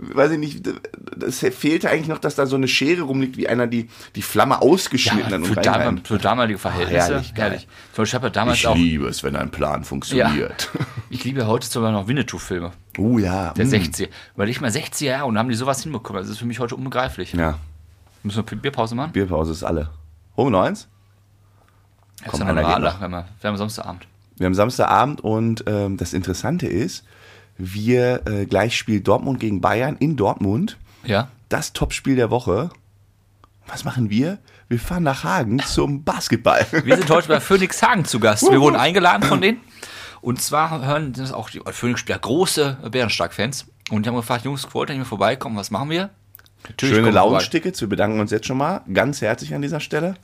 S1: Weiß ich nicht, das fehlte eigentlich noch, dass da so eine Schere rumliegt, wie einer die, die Flamme ausgeschnitten hat
S2: für,
S1: und reinreimt.
S2: damal, für damalige Verhältnisse.
S1: Ah, herrlich,
S2: herrlich,
S1: geil.
S2: herrlich. Zum Beispiel, ich habe ja damals
S1: Ich
S2: auch.
S1: liebe es, wenn ein Plan funktioniert.
S2: Ich liebe heute sogar noch Winnetou-Filme.
S1: Oh ja.
S2: Der
S1: mm.
S2: 60er. Überleg mal, 60er Jahre und haben die sowas hinbekommen. Also, Das ist für mich heute unbegreiflich.
S1: Ja,
S2: Müssen wir Bierpause machen?
S1: Bierpause ist alle. Home noch eins?
S2: Komm,
S1: komm,
S2: ist ja
S1: einer
S2: eine
S1: geht
S2: Radler,
S1: noch.
S2: wenn wir, wenn wir Samstagabend.
S1: Wir haben Samstagabend und ähm, das Interessante ist, wir äh, gleich spielt Dortmund gegen Bayern in Dortmund.
S2: Ja?
S1: Das Topspiel der Woche. Was machen wir? Wir fahren nach Hagen zum Basketball.
S2: Wir sind heute bei Phoenix Hagen zu Gast. Wir wurden eingeladen von denen. Und zwar hören das auch die äh, Phoenix-Spieler, große Bärenstark-Fans. Und die haben gefragt, Jungs, wollt ihr nicht mehr vorbeikommen? Was machen wir? Natürlich
S1: Schöne
S2: kommen wir vorbei.
S1: Lounge-Tickets. Wir bedanken uns jetzt schon mal ganz herzlich an dieser Stelle.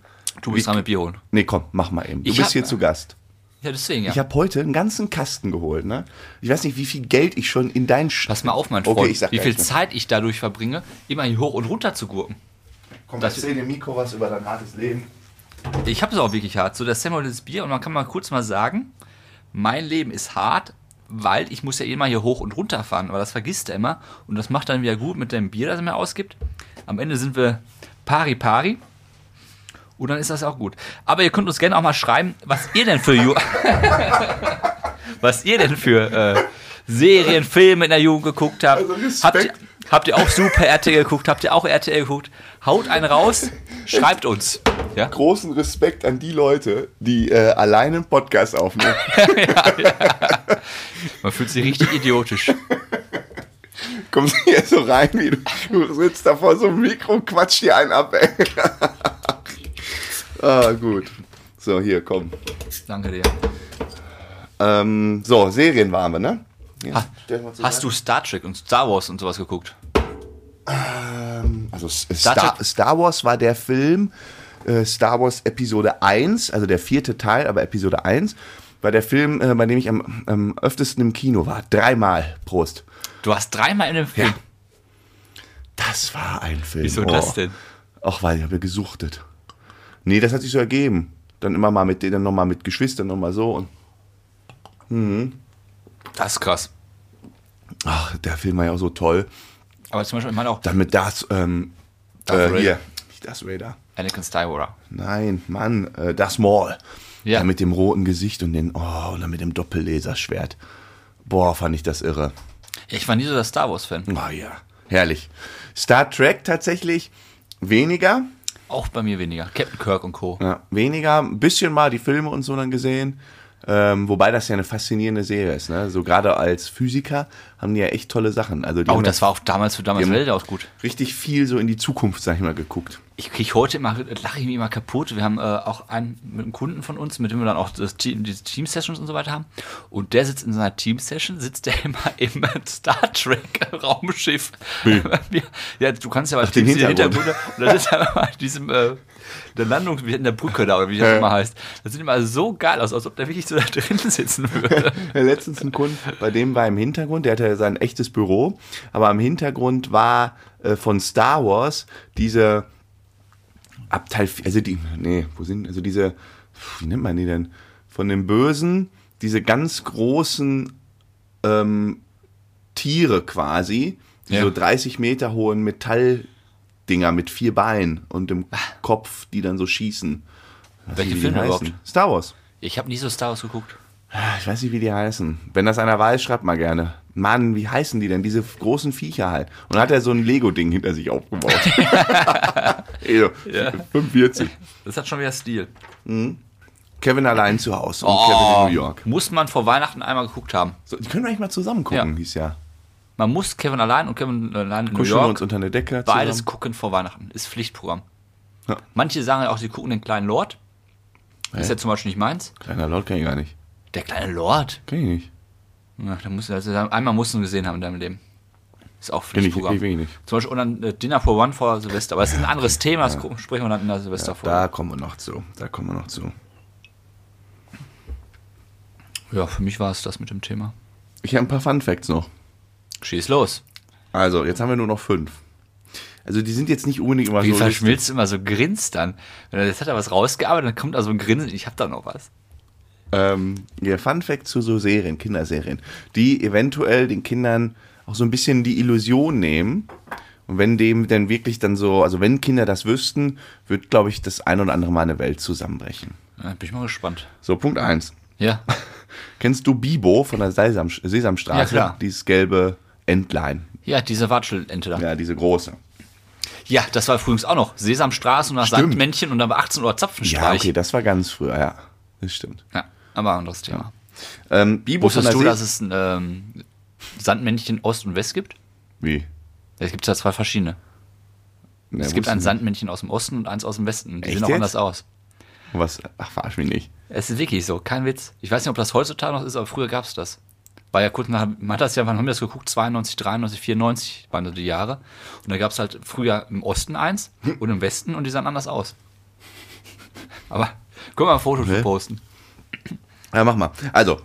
S2: Du bist dran mit Bier holen.
S1: Nee, komm, mach mal eben. Du
S2: Ich
S1: bist
S2: hab-
S1: hier zu Gast.
S2: Ja, deswegen, ja.
S1: Ich habe heute einen ganzen Kasten geholt, ne? Ich weiß nicht, wie viel Geld ich schon in dein Sch
S2: Pass mal auf, mein Freund,
S1: Okay, ich sag
S2: wie
S1: gar
S2: viel
S1: nicht mehr.
S2: Zeit ich dadurch verbringe, immer hier hoch und runter zu gurken.
S1: Komm,
S2: Das-
S1: erzähl dem Mikro was über dein hartes Leben.
S2: Ich habe es auch wirklich hart. So, der Sam holt das Bier und man kann mal kurz mal sagen, mein Leben ist hart, weil ich muss ja immer hier hoch und runter fahren. Aber das vergisst er immer. Und das macht dann wieder gut mit dem Bier, das er mir ausgibt. Am Ende sind wir pari pari. Und dann ist das auch gut. Aber ihr könnt uns gerne auch mal schreiben, was ihr denn für Ju was ihr denn für äh, Serien, Filme in der Jugend geguckt habt.
S1: Also Respekt.
S2: habt, ihr, habt ihr auch Super RTL geguckt? Habt ihr auch RTL geguckt? Haut einen raus, schreibt uns. Ja?
S1: Großen Respekt an die Leute, die äh, alleine einen Podcast aufnehmen.
S2: Man fühlt sich richtig idiotisch.
S1: Kommst hier so rein, wie du, du sitzt da vor so einem Mikro und quatscht dir einen ab, ey. ah, gut. So, hier, komm.
S2: Danke dir.
S1: Ähm, so, Serien waren wir, ne? Ja, stell mal zur
S2: Ah, Hast du
S1: Seite.
S2: Star Trek und Star Wars und sowas geguckt?
S1: Also S- Star,
S2: Trek-
S1: Star Wars war der Film, äh, Star Wars Episode 1, also der vierte Teil, aber Episode 1, war der Film, äh, bei dem ich am, am öftesten im Kino war. Dreimal. Prost.
S2: Du warst dreimal in dem Film.
S1: Ja. Das war ein Film. Oh.
S2: Wieso das denn?
S1: Ach, weil ich habe ja gesuchtet. Nee, das hat sich so ergeben. Dann immer mal mit denen, nochmal mit Geschwistern, nochmal so. Und,
S2: Das ist krass.
S1: ach, der Film war ja auch so toll.
S2: Aber zum Beispiel, ich meine auch
S1: Dann mit Darth, ähm,
S2: Darth
S1: äh,
S2: Vader.
S1: hier. Nicht Darth Vader.
S2: Anakin Skywalker.
S1: Nein, Mann, äh, das Maul.
S2: Ja.
S1: Ja. Mit dem roten Gesicht und den, oh, und dann mit dem Doppelleserschwert. Boah, fand ich das irre.
S2: Ich war nie so der Star Wars-Fan.
S1: Oh ja, herrlich. Star Trek tatsächlich weniger.
S2: Auch bei mir weniger. Captain Kirk und Co.
S1: Ja, weniger, ein bisschen mal die Filme und so dann gesehen. Ähm, wobei das ja eine faszinierende Serie ist. Ne? So gerade als Physiker haben die ja echt tolle Sachen. Also die
S2: Oh,
S1: haben
S2: das war auch damals für damals
S1: Ja.
S2: Welt aus gut.
S1: richtig viel so in die Zukunft, sag ich mal, geguckt.
S2: Ich krieg heute immer, lache ich mich immer kaputt. Wir haben äh, auch einen mit einem Kunden von uns, mit dem wir dann auch das Team, diese Team-Sessions und so weiter haben. Und der sitzt in seiner Team-Session, sitzt der immer im Star Trek-Raumschiff. Ja, du kannst ja mal
S1: den Hintergrund.
S2: Und das ist ja immer in diesem, äh, der Landung, wie in der Brücke da, oder wie das
S1: Ja.
S2: immer heißt. Das sieht immer so geil aus, als ob der wirklich so da drin sitzen würde.
S1: Ja, Letztens ein Kunden, bei dem war im Hintergrund, der hatte sein echtes Büro, aber im Hintergrund war äh, von Star Wars diese Abteil, also die, nee, wo sind, also diese, wie nennt man die denn? Von dem Bösen, diese ganz großen ähm, Tiere quasi, die
S2: Ja.
S1: so 30 Meter hohen Metalldinger mit vier Beinen und dem Kopf, die dann so schießen. Weiß
S2: Ah. Welche
S1: nicht, wie die
S2: Filme
S1: heißen.
S2: überhaupt?
S1: Star Wars.
S2: Ich habe nie so Star Wars geguckt.
S1: Ah, Ich weiß nicht, wie die heißen. Wenn das einer weiß, schreibt mal gerne. Mann, wie heißen die denn? Diese großen Viecher halt. Und dann hat er so ein Lego-Ding hinter sich aufgebaut. Ey, so, 45.
S2: Das hat schon wieder Stil.
S1: Kevin allein zu Hause und
S2: Oh.
S1: Kevin in New York.
S2: Muss man vor Weihnachten einmal geguckt haben.
S1: So, die können wir eigentlich mal zusammen gucken,
S2: Ja.
S1: hieß ja.
S2: Man muss Kevin allein und Kevin allein in New
S1: Kuscheln wir
S2: York.
S1: uns unter eine Decke
S2: Beides
S1: zusammen.
S2: gucken vor Weihnachten. Ist Pflichtprogramm.
S1: Ja.
S2: Manche sagen ja auch, sie gucken den kleinen Lord. Ist
S1: Hä?
S2: ja zum Beispiel nicht meins.
S1: Kleiner Lord kann ich gar nicht.
S2: Der kleine Lord.
S1: Kann ich nicht.
S2: Na, da musst du, also, einmal musst du ihn gesehen haben in deinem Leben. Ist auch
S1: Kenn ich,
S2: Pflichtprogramm.
S1: ich will ihn nicht.
S2: Zum Beispiel und dann äh, Dinner for One vor Silvester. Aber das ist ein anderes Thema, das gucken- sprechen wir dann in der Silvesterfolge.
S1: Da kommen wir noch zu. Da kommen wir noch zu.
S2: Ja, für mich war es das mit dem Thema.
S1: Ich habe ein paar Fun Facts noch.
S2: Schieß los.
S1: Also, jetzt haben wir nur noch fünf. Also, die sind jetzt nicht unbedingt immer
S2: Wie
S1: so.
S2: verschmilzt immer so grinst dann? Wenn er- Jetzt hat er was rausgearbeitet, dann kommt da so ein Grinsen. Ich hab da noch was.
S1: Ähm, der Fun Fact zu so Serien, Kinderserien, die eventuell den Kindern auch so ein bisschen die Illusion nehmen. Und wenn dem dann wirklich dann so, also wenn Kinder das wüssten, wird, glaube ich, das ein oder andere Mal eine Welt zusammenbrechen.
S2: Ja, bin ich mal gespannt.
S1: So, Punkt eins.
S2: Ja.
S1: Kennst du Bibo von der Sesam Sesamstraße?
S2: Ja, klar.
S1: Dieses gelbe Entlein.
S2: Ja, diese Watschelente da.
S1: Ja, diese große.
S2: Ja, das war frühings auch noch. Sesamstraße und das
S1: Stimmt.
S2: Sandmännchen und dann war 18 Uhr Zapfenstreich.
S1: Ja, okay, das war ganz früher, ja. Das stimmt.
S2: Ja, aber anderes Thema.
S1: Ähm, Bibo von
S2: Wusstest
S1: der
S2: du,
S1: Se-
S2: dass es ein ähm, Sandmännchen Ost und West gibt?
S1: Wie?
S2: Es gibt ja zwei verschiedene.
S1: Nee,
S2: es gibt
S1: wusste
S2: ein
S1: ich
S2: Sandmännchen aus dem Osten und eins aus dem Westen. Die
S1: Echt
S2: sehen auch
S1: jetzt?
S2: anders aus.
S1: nicht. Was? Ach, verarsch mich nicht.
S2: Es ist wirklich so, kein Witz. Ich weiß nicht, ob das heutzutage noch ist, aber früher gab es das. War ja kurz nach, man hat das ja, wann haben wir das geguckt? 92, 93, 94 waren so die Jahre. Und da gab es halt früher im Osten eins und im Westen und die sahen anders aus. Aber können wir ein Foto für posten.
S1: Ja, mach mal. Also,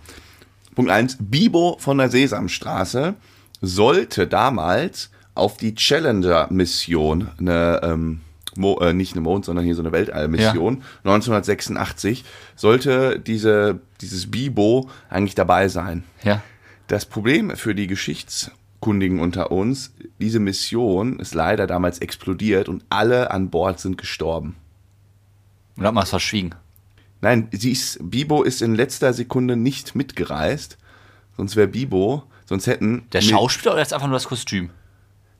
S1: Punkt 1. Bibo von der Sesamstraße sollte damals auf die Challenger-Mission, eine, ähm, Mo, äh, nicht eine Mond, sondern hier so eine Weltall-Mission, 1986, sollte diese, dieses Bibo eigentlich dabei sein.
S2: Ja.
S1: Das Problem für die Geschichtskundigen unter uns, diese Mission ist leider damals explodiert und alle an Bord sind gestorben.
S2: Und hat man es verschwiegen.
S1: Nein, sie ist, Bibo ist in letzter Sekunde nicht mitgereist. Sonst wäre Bibo, sonst hätten.
S2: Der
S1: Nee,
S2: Schauspieler oder ist einfach nur das Kostüm?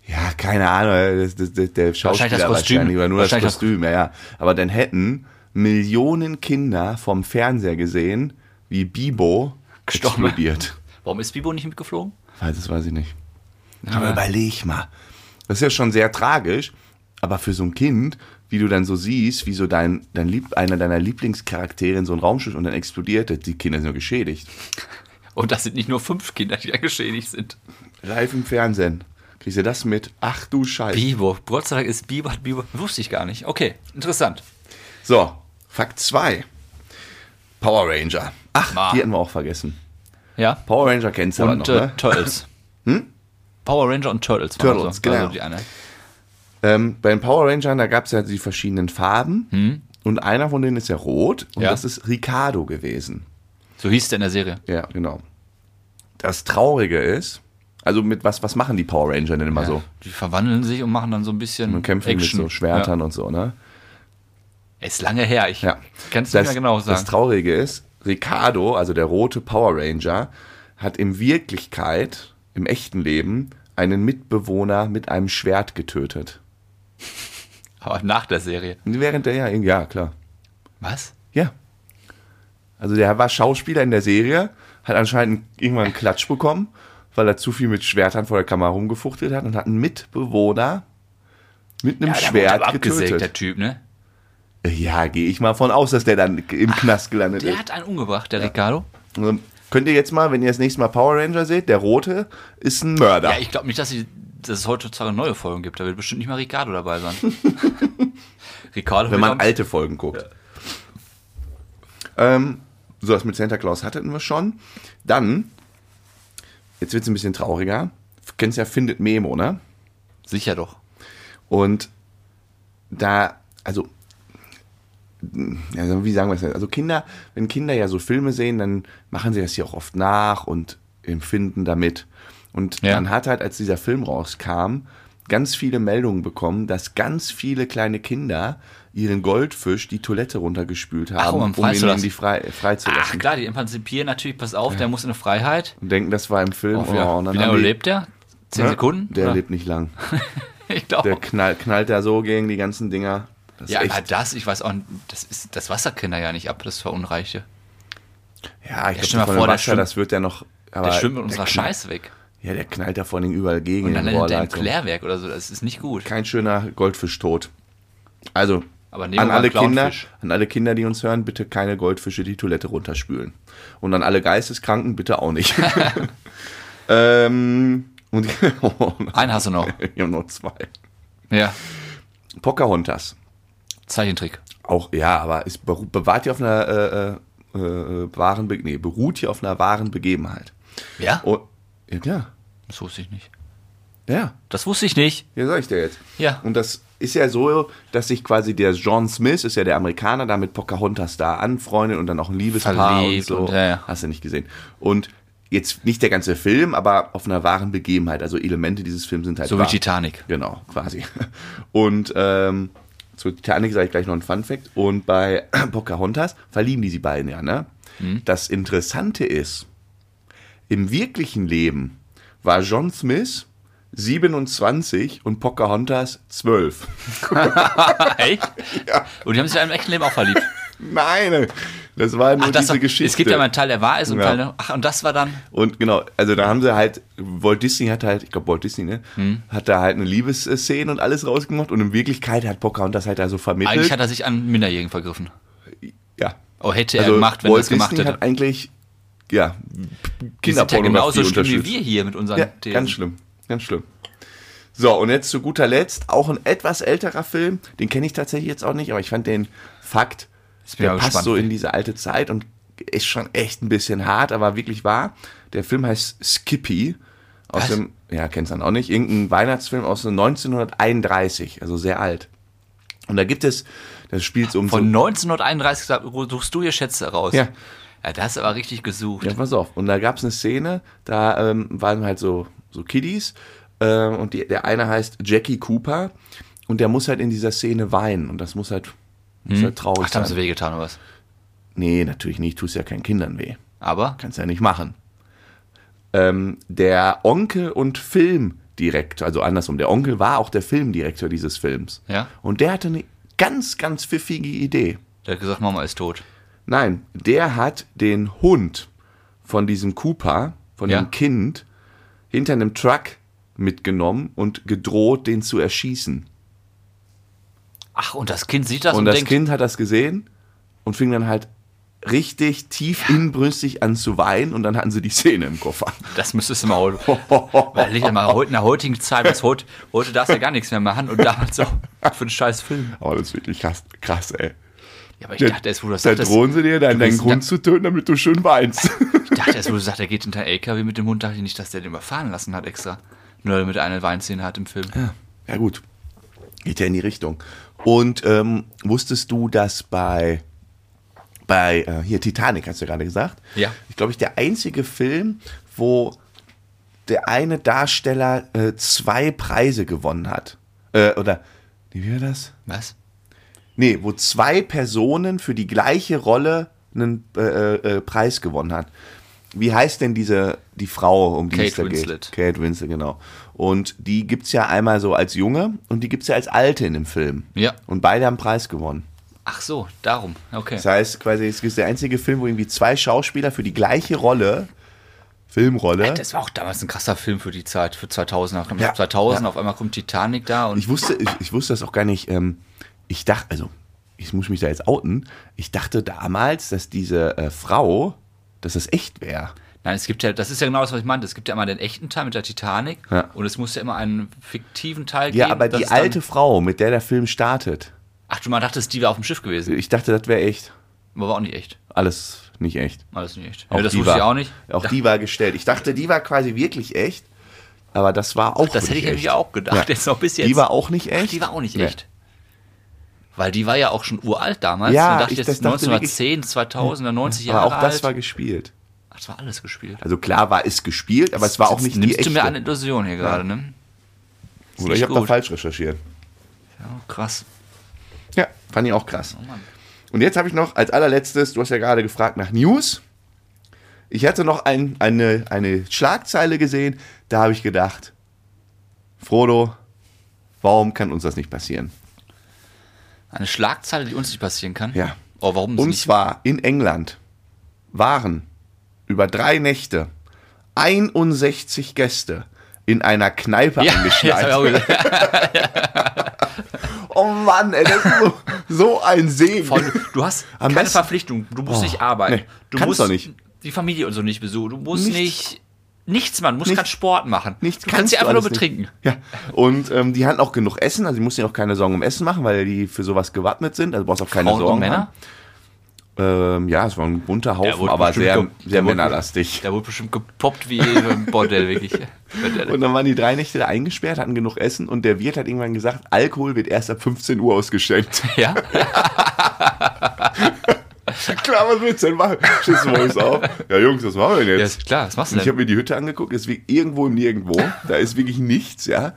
S1: Ja, keine Ahnung, äh, das, das, das, der Schauspieler
S2: das Kostüm.
S1: wahrscheinlich, aber nur
S2: Wahrscheinlich
S1: das
S2: das-
S1: Kostüm, ja, ja. Aber dann hätten Millionen Kinder vom Fernseher gesehen, wie Bibo
S2: Gestorben.
S1: explodiert.
S2: Warum ist Bibo nicht mitgeflogen?
S1: Weiß, das weiß ich nicht. Aber überleg mal. Das ist ja schon sehr tragisch, aber für so ein Kind, wie du dann so siehst, wie so dein, dein Lieb, einer deiner Lieblingscharaktere in so ein Raumschiff und dann explodiert, das- die Kinder sind nur geschädigt.
S2: Und das sind nicht nur fünf Kinder, die da geschädigt sind.
S1: Live im Fernsehen. Kriegst du das mit? Ach du Scheiße.
S2: Biber. Geburtstag ist Biber, hat Biber. Wusste ich gar nicht. Okay, interessant.
S1: So, Fakt 2. Power Ranger. Ach,
S2: Ma.
S1: die hatten wir auch vergessen.
S2: Ja.
S1: Power Ranger kennst du aber noch,
S2: Und äh,
S1: ne? Hm?
S2: Turtles. Power Ranger und Turtles. waren
S1: Turtles,
S2: also,
S1: genau.
S2: Also die eine.
S1: Ähm, bei den Power Rangern, da gab es ja die verschiedenen Farben. Und einer von denen ist ja rot. Und
S2: Ja.
S1: das ist Ricardo gewesen.
S2: So hieß der in der Serie.
S1: Ja, genau. Das Traurige ist, also mit was, was machen die Power Ranger denn immer
S2: Ja.
S1: so?
S2: Die verwandeln sich und machen dann so ein bisschen
S1: Und kämpfen
S2: Action.
S1: mit so Schwertern und so, ne?
S2: Ja. Ist lange her. Ich
S1: Ja.
S2: kann es nicht mehr genau
S1: Das
S2: sagen.
S1: Traurige ist, Ricardo, also der rote Power Ranger, hat in Wirklichkeit, im echten Leben, einen Mitbewohner mit einem Schwert getötet.
S2: Aber nach der Serie.
S1: Und Während der ja, ja, klar.
S2: Was?
S1: Ja. Also der war Schauspieler in der Serie, hat anscheinend irgendwann einen Klatsch bekommen, weil er zu viel mit Schwertern vor der Kamera rumgefuchtelt hat und hat einen Mitbewohner mit einem
S2: Ja, der wurde aber
S1: Schwert
S2: abgesägt,
S1: getötet.
S2: der Typ, ne?
S1: Ja, gehe ich mal von aus, dass der dann im Knast gelandet
S2: Der
S1: ist.
S2: hat einen umgebracht, der Ricardo.
S1: Also, könnt ihr jetzt mal, wenn ihr das nächste Mal Power Ranger seht, der rote ist ein Mörder.
S2: Ja, ich glaube nicht, dass, sie, dass es heutzutage neue Folgen gibt. Da wird bestimmt nicht mal Ricardo dabei sein. Ricardo
S1: wenn
S2: wird
S1: man
S2: am-
S1: alte Folgen guckt. Ähm, so, das mit Santa Claus hatten wir schon. Dann, jetzt wird es ein bisschen trauriger. Kennst ja Findet Memo, ne?
S2: Sicher doch.
S1: Und da, also, also wie sagen wir es denn? Also Kinder, wenn Kinder ja so Filme sehen, dann machen sie das ja auch oft nach und empfinden damit. Und
S2: Ja.
S1: man hat halt, als dieser Film rauskam, ganz viele Meldungen bekommen, dass ganz viele kleine Kinder ihren Goldfisch die Toilette runtergespült haben,
S2: um ihn
S1: um ihn in
S2: freizulassen.
S1: die frei,
S2: Ach
S1: freizulassen.
S2: klar, die emanzipieren natürlich, pass auf, der muss in eine Freiheit.
S1: und denken, das war im Film. ja, Genau, und
S2: Oh, Wie
S1: dann haben
S2: lange
S1: die-
S2: lebt der? Zehn
S1: Ne?
S2: Sekunden?
S1: Der
S2: Oder?
S1: lebt nicht lang.
S2: ich glaube.
S1: Der knall, knallt da so gegen die ganzen Dinger. Das ist
S2: Ja,
S1: echt
S2: aber das, ich weiß auch, nicht, das, ist, das Wasser kennt er ja nicht ab, das verunreiche.
S1: Ja, ich
S2: stell mal vor,
S1: glaube, von dem
S2: der
S1: Wasser,
S2: schwimmt-
S1: das wird ja noch. Aber
S2: Der schwimmt mit unserer
S1: knall-
S2: Scheiß weg.
S1: Ja, der knallt da vor allem überall gegen
S2: Und dann
S1: den
S2: landet der im
S1: Rohrleitung.
S2: Klärwerk oder so, das ist nicht gut.
S1: Kein schöner Goldfisch-Tot. Also,
S2: Aber nehmen wir
S1: an
S2: mal einen
S1: alle, Kinder,
S2: Clownfisch.
S1: an alle Kinder, die uns hören, bitte keine Goldfische die Toilette runterspülen. Und an alle Geisteskranken bitte auch nicht. ähm, und ich
S2: Einen hast du noch.
S1: habe noch zwei.
S2: Ja,
S1: Pocahontas.
S2: Zeichentrick.
S1: Auch, ja, aber es beru- bewahrt hier auf einer äh, äh, äh, wahren, Be nee, beruht hier auf einer wahren Begebenheit.
S2: Ja?
S1: Und, ja, klar.
S2: Oh. Das wusste ich nicht.
S1: Ja,
S2: Das wusste ich nicht.
S1: Ja, sag ich dir jetzt.
S2: Ja.
S1: Und das ist ja so, dass sich quasi der John Smith, ist ja der Amerikaner, da mit Pocahontas da anfreundet und dann auch ein Liebespaar
S2: Verliebt
S1: und so.
S2: und ja, ja.
S1: Hast du nicht gesehen. Und jetzt nicht der ganze Film, aber auf einer wahren Begebenheit. Also Elemente dieses Films sind halt
S2: So wie
S1: wahr.
S2: Titanic.
S1: Genau, quasi. Und ähm, zu Titanic sage ich gleich noch ein Fun Fact. Und bei Pocahontas verlieben die sie beiden ja, ne?
S2: Mhm.
S1: Das Interessante ist, im wirklichen Leben war John Smith 27 und Pocahontas 12.
S2: Echt? Und die haben sich in einem echten Leben auch verliebt.
S1: Nein, das war nur
S2: Ach, das
S1: diese
S2: doch,
S1: Geschichte.
S2: Es gibt ja mal einen Teil, der wahr ist und
S1: Ja.
S2: Teil, der- ach, und das war dann,
S1: Und genau, also da haben sie halt, Walt Disney hat halt, ich glaube Walt Disney, ne,
S2: Mhm.
S1: hat da halt eine Liebesszene und alles rausgemacht und in Wirklichkeit hat Pocahontas halt da so vermittelt.
S2: eigentlich hat er sich an Minderjährigen vergriffen.
S1: ja.
S2: Oh, hätte er gemacht, wenn er
S1: Also Walt
S2: es gemacht
S1: Disney
S2: hätte.
S1: hat eigentlich, ja,
S2: Die sind ja
S1: Kinderpornografie
S2: genauso schlimm wie
S1: unterstützt.
S2: wir hier mit unseren
S1: Ja,
S2: Thesen.
S1: ganz schlimm, ganz schlimm. So, und jetzt zu guter Letzt auch ein etwas älterer Film, den kenne ich tatsächlich jetzt auch nicht, aber ich fand den Fakt,
S2: bin
S1: der
S2: mal
S1: passt
S2: gespannt.
S1: so in diese alte Zeit und ist schon echt ein bisschen hart, aber wirklich wahr. Der Film heißt Skippy. Aus
S2: Was?
S1: dem, ja, kennst du dann auch nicht, irgendein Weihnachtsfilm aus 1931, also sehr alt. Und da gibt es, das spielt so um so
S2: Von 1931 da suchst du hier Schätze raus.
S1: Ja.
S2: Ja, das ist aber richtig gesucht.
S1: Ja, pass auf. Und da gab es eine Szene, da ähm, waren halt so, so Kiddies ähm, und die, der eine heißt Jackie Cooper und der muss halt in dieser Szene weinen und das muss halt, muss halt traurig
S2: Hm? Ach, da haben sie
S1: sein.
S2: wehgetan oder was?
S1: Nee, natürlich nicht, tust ja keinen Kindern weh.
S2: Aber
S1: Kannst ja nicht machen. Ähm, der Onkel und Filmdirektor, also andersrum, der Onkel war auch der Filmdirektor dieses Films.
S2: Ja.
S1: Und der hatte eine ganz, ganz pfiffige Idee.
S2: der hat gesagt, Mama ist tot.
S1: Nein, der hat den Hund von diesem Cooper, von
S2: Ja.
S1: dem Kind, hinter einem Truck mitgenommen und gedroht, den zu erschießen.
S2: Ach, und das Kind sieht das und,
S1: Und das
S2: denkt,
S1: Kind hat das gesehen und fing dann halt richtig tief inbrünstig an zu weinen und dann hatten sie die Szene im Koffer.
S2: Das müsstest du mal heute.
S1: Oh.
S2: Weil ich mal heute in der heutigen Zeit, was heute, heute darfst du ja gar nichts mehr machen und damals auch für einen scheiß Film.
S1: Aber das ist wirklich krass, krass ey.
S2: Ja, aber ich dachte erst, wo du das
S1: Da
S2: sagtest,
S1: drohen sie dir, deinen, deinen
S2: bist-
S1: Grund zu töten, damit du schön weinst.
S2: ich dachte erst, wo du sagst, er geht hinter LKW mit dem Hund, dachte ich nicht, dass der den überfahren lassen hat extra. Nur damit er eine Weinszene hat im Film.
S1: Ja, gut. Geht ja in die Richtung. Und ähm, wusstest du, dass bei, bei äh, hier Titanic, hast du ja gerade gesagt,
S2: Ja.
S1: ich glaube, ich der einzige Film, wo der eine Darsteller äh, zwei Preise gewonnen hat. Äh, oder, nee, wie war das?
S2: Was?
S1: Nee, wo zwei Personen für die gleiche Rolle einen äh, äh, Preis gewonnen hat. Wie heißt denn diese die Frau, um die
S2: Kate
S1: es da
S2: Winslet.
S1: geht? Kate Winslet, genau. Und die gibt's ja einmal so als Junge und die gibt's ja als Alte in dem Film.
S2: Ja.
S1: Und beide haben Preis gewonnen.
S2: Ach so, darum. Okay.
S1: Das heißt, quasi es ist der einzige Film, wo irgendwie zwei Schauspieler für die gleiche Rolle, Filmrolle.
S2: Das war auch damals ein krasser Film für die Zeit, für 2000. Nach
S1: Ja,
S2: 2000 auf einmal kommt Titanic da und
S1: ich wusste, ich, ich wusste das auch gar nicht. Ähm, ich dachte, also, ich muss mich da jetzt outen. Ich dachte damals, dass diese äh, Frau, dass das echt wäre.
S2: Nein, es gibt ja, das ist ja genau das, was ich meinte. Es gibt ja immer den echten Teil mit der Titanic
S1: Ja.
S2: und es muss ja immer einen fiktiven Teil
S1: Ja,
S2: geben.
S1: aber
S2: dass
S1: die
S2: es dann-
S1: alte Frau, mit der der Film startet,
S2: Ach, du mal dachtest, die wäre auf dem Schiff gewesen.
S1: ich dachte, das wäre echt.
S2: Aber war auch nicht echt.
S1: Alles nicht echt.
S2: Alles nicht echt. ja, das
S1: die
S2: wusste ich
S1: war-
S2: auch nicht.
S1: Auch die war gestellt. Ich dachte, die war quasi wirklich echt, aber das war auch
S2: das hätte ich
S1: nicht
S2: nämlich
S1: echt.
S2: auch gedacht.
S1: Ja.
S2: Jetzt noch bis jetzt.
S1: Die war auch nicht echt?
S2: die war auch nicht
S1: Nee.
S2: echt. Weil die war ja auch schon uralt damals.
S1: Ja,
S2: Man dachte
S1: ich-
S2: jetzt
S1: das dachte
S2: 1910, 2000, er 90 Jahre
S1: Aber auch das
S2: alt.
S1: war gespielt.
S2: Ach, das war alles gespielt.
S1: Also klar war es gespielt, aber es war auch
S2: Jetzt
S1: nicht die
S2: nimmst
S1: echte.
S2: du mir eine Illusion hier gerade, ne? Ist
S1: Oder ich
S2: nicht
S1: habe da
S2: gut.
S1: falsch recherchiert.
S2: Ja, krass.
S1: Ja, fand ich auch krass.
S2: Oh Mann.
S1: Und jetzt habe ich noch als allerletztes, du hast ja gerade gefragt nach News. Ich hatte noch ein, eine, eine Schlagzeile gesehen, da habe ich gedacht, Frodo, warum kann uns das nicht passieren?
S2: Eine Schlagzeile, die uns nicht passieren kann.
S1: Ja.
S2: Oh, warum sie
S1: Und
S2: nicht?
S1: zwar in England waren über drei Nächte 61 Gäste in einer Kneipe
S2: Ja, das hab ich auch
S1: angeschnallt.
S2: gesagt.
S1: Oh Mann, ey, das ist so, so ein Segen.
S2: Vor allem, du hast
S1: Am
S2: keine
S1: besten-
S2: Verpflichtung. Du musst
S1: Oh,
S2: nicht arbeiten.
S1: nee,
S2: du
S1: kannst
S2: musst
S1: doch nicht.
S2: die Familie und so nicht besuchen. Du musst
S1: Nichts.
S2: nicht nichts machen. Du musst
S1: Nichts.
S2: keinen Sport machen.
S1: Nichts
S2: du kannst dich
S1: du
S2: einfach nur
S1: alles
S2: betrinken.
S1: nicht. Ja. Und ähm, die hatten auch genug Essen, also die mussten ja auch keine Sorgen um Essen machen, weil die für sowas gewappnet sind. Also du brauchst auch keine
S2: Frauen und
S1: Sorgen.
S2: Männer?
S1: Haben. Ähm, ja, es war ein bunter
S2: Der
S1: Haufen,
S2: wurde
S1: aber
S2: bestimmt
S1: sehr,
S2: gep-
S1: sehr
S2: der wurde-
S1: männerlastig.
S2: Da wurde bestimmt gepoppt wie im Bordell, wirklich.
S1: Und dann waren die drei Nächte da eingesperrt, hatten genug Essen und der Wirt hat irgendwann gesagt, Alkohol wird erst ab 15 Uhr ausgeschenkt.
S2: Ja?
S1: Klar, was willst du denn machen? Schießt morgens auf. Ja, Jungs, was machen wir denn
S2: ja,
S1: jetzt?
S2: ist klar. Was machst du
S1: Und ich
S2: denn?
S1: habe mir die Hütte angeguckt, ist wie irgendwo im Nirgendwo. Da ist wirklich nichts, ja.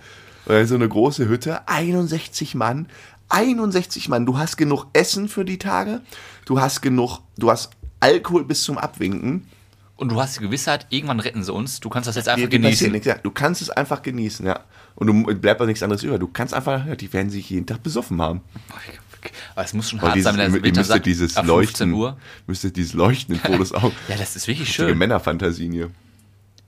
S1: Und da ist so eine große Hütte, 61 Mann, 61 Mann. Du hast genug Essen für die Tage, du hast genug, du hast Alkohol bis zum Abwinken.
S2: Und du hast die Gewissheit, irgendwann retten sie uns. Du kannst das jetzt einfach
S1: Dir- dir passiert
S2: genießen.
S1: nichts, ja. Du kannst es einfach genießen, ja. Und du bleibt auch nichts anderes über. Du kannst einfach, ja, die werden sich jeden Tag besoffen haben.
S2: Oh, Aber es muss schon
S1: Weil
S2: hart sein, wenn
S1: ihr
S2: der Winter
S1: müsstet
S2: sagt,
S1: dieses
S2: ab 15
S1: Leuchten,
S2: Uhr.
S1: müsstet dieses Leuchten in Fotos auch.
S2: Ja, das ist wirklich
S1: Richtige
S2: schön.
S1: Männerfantasien hier.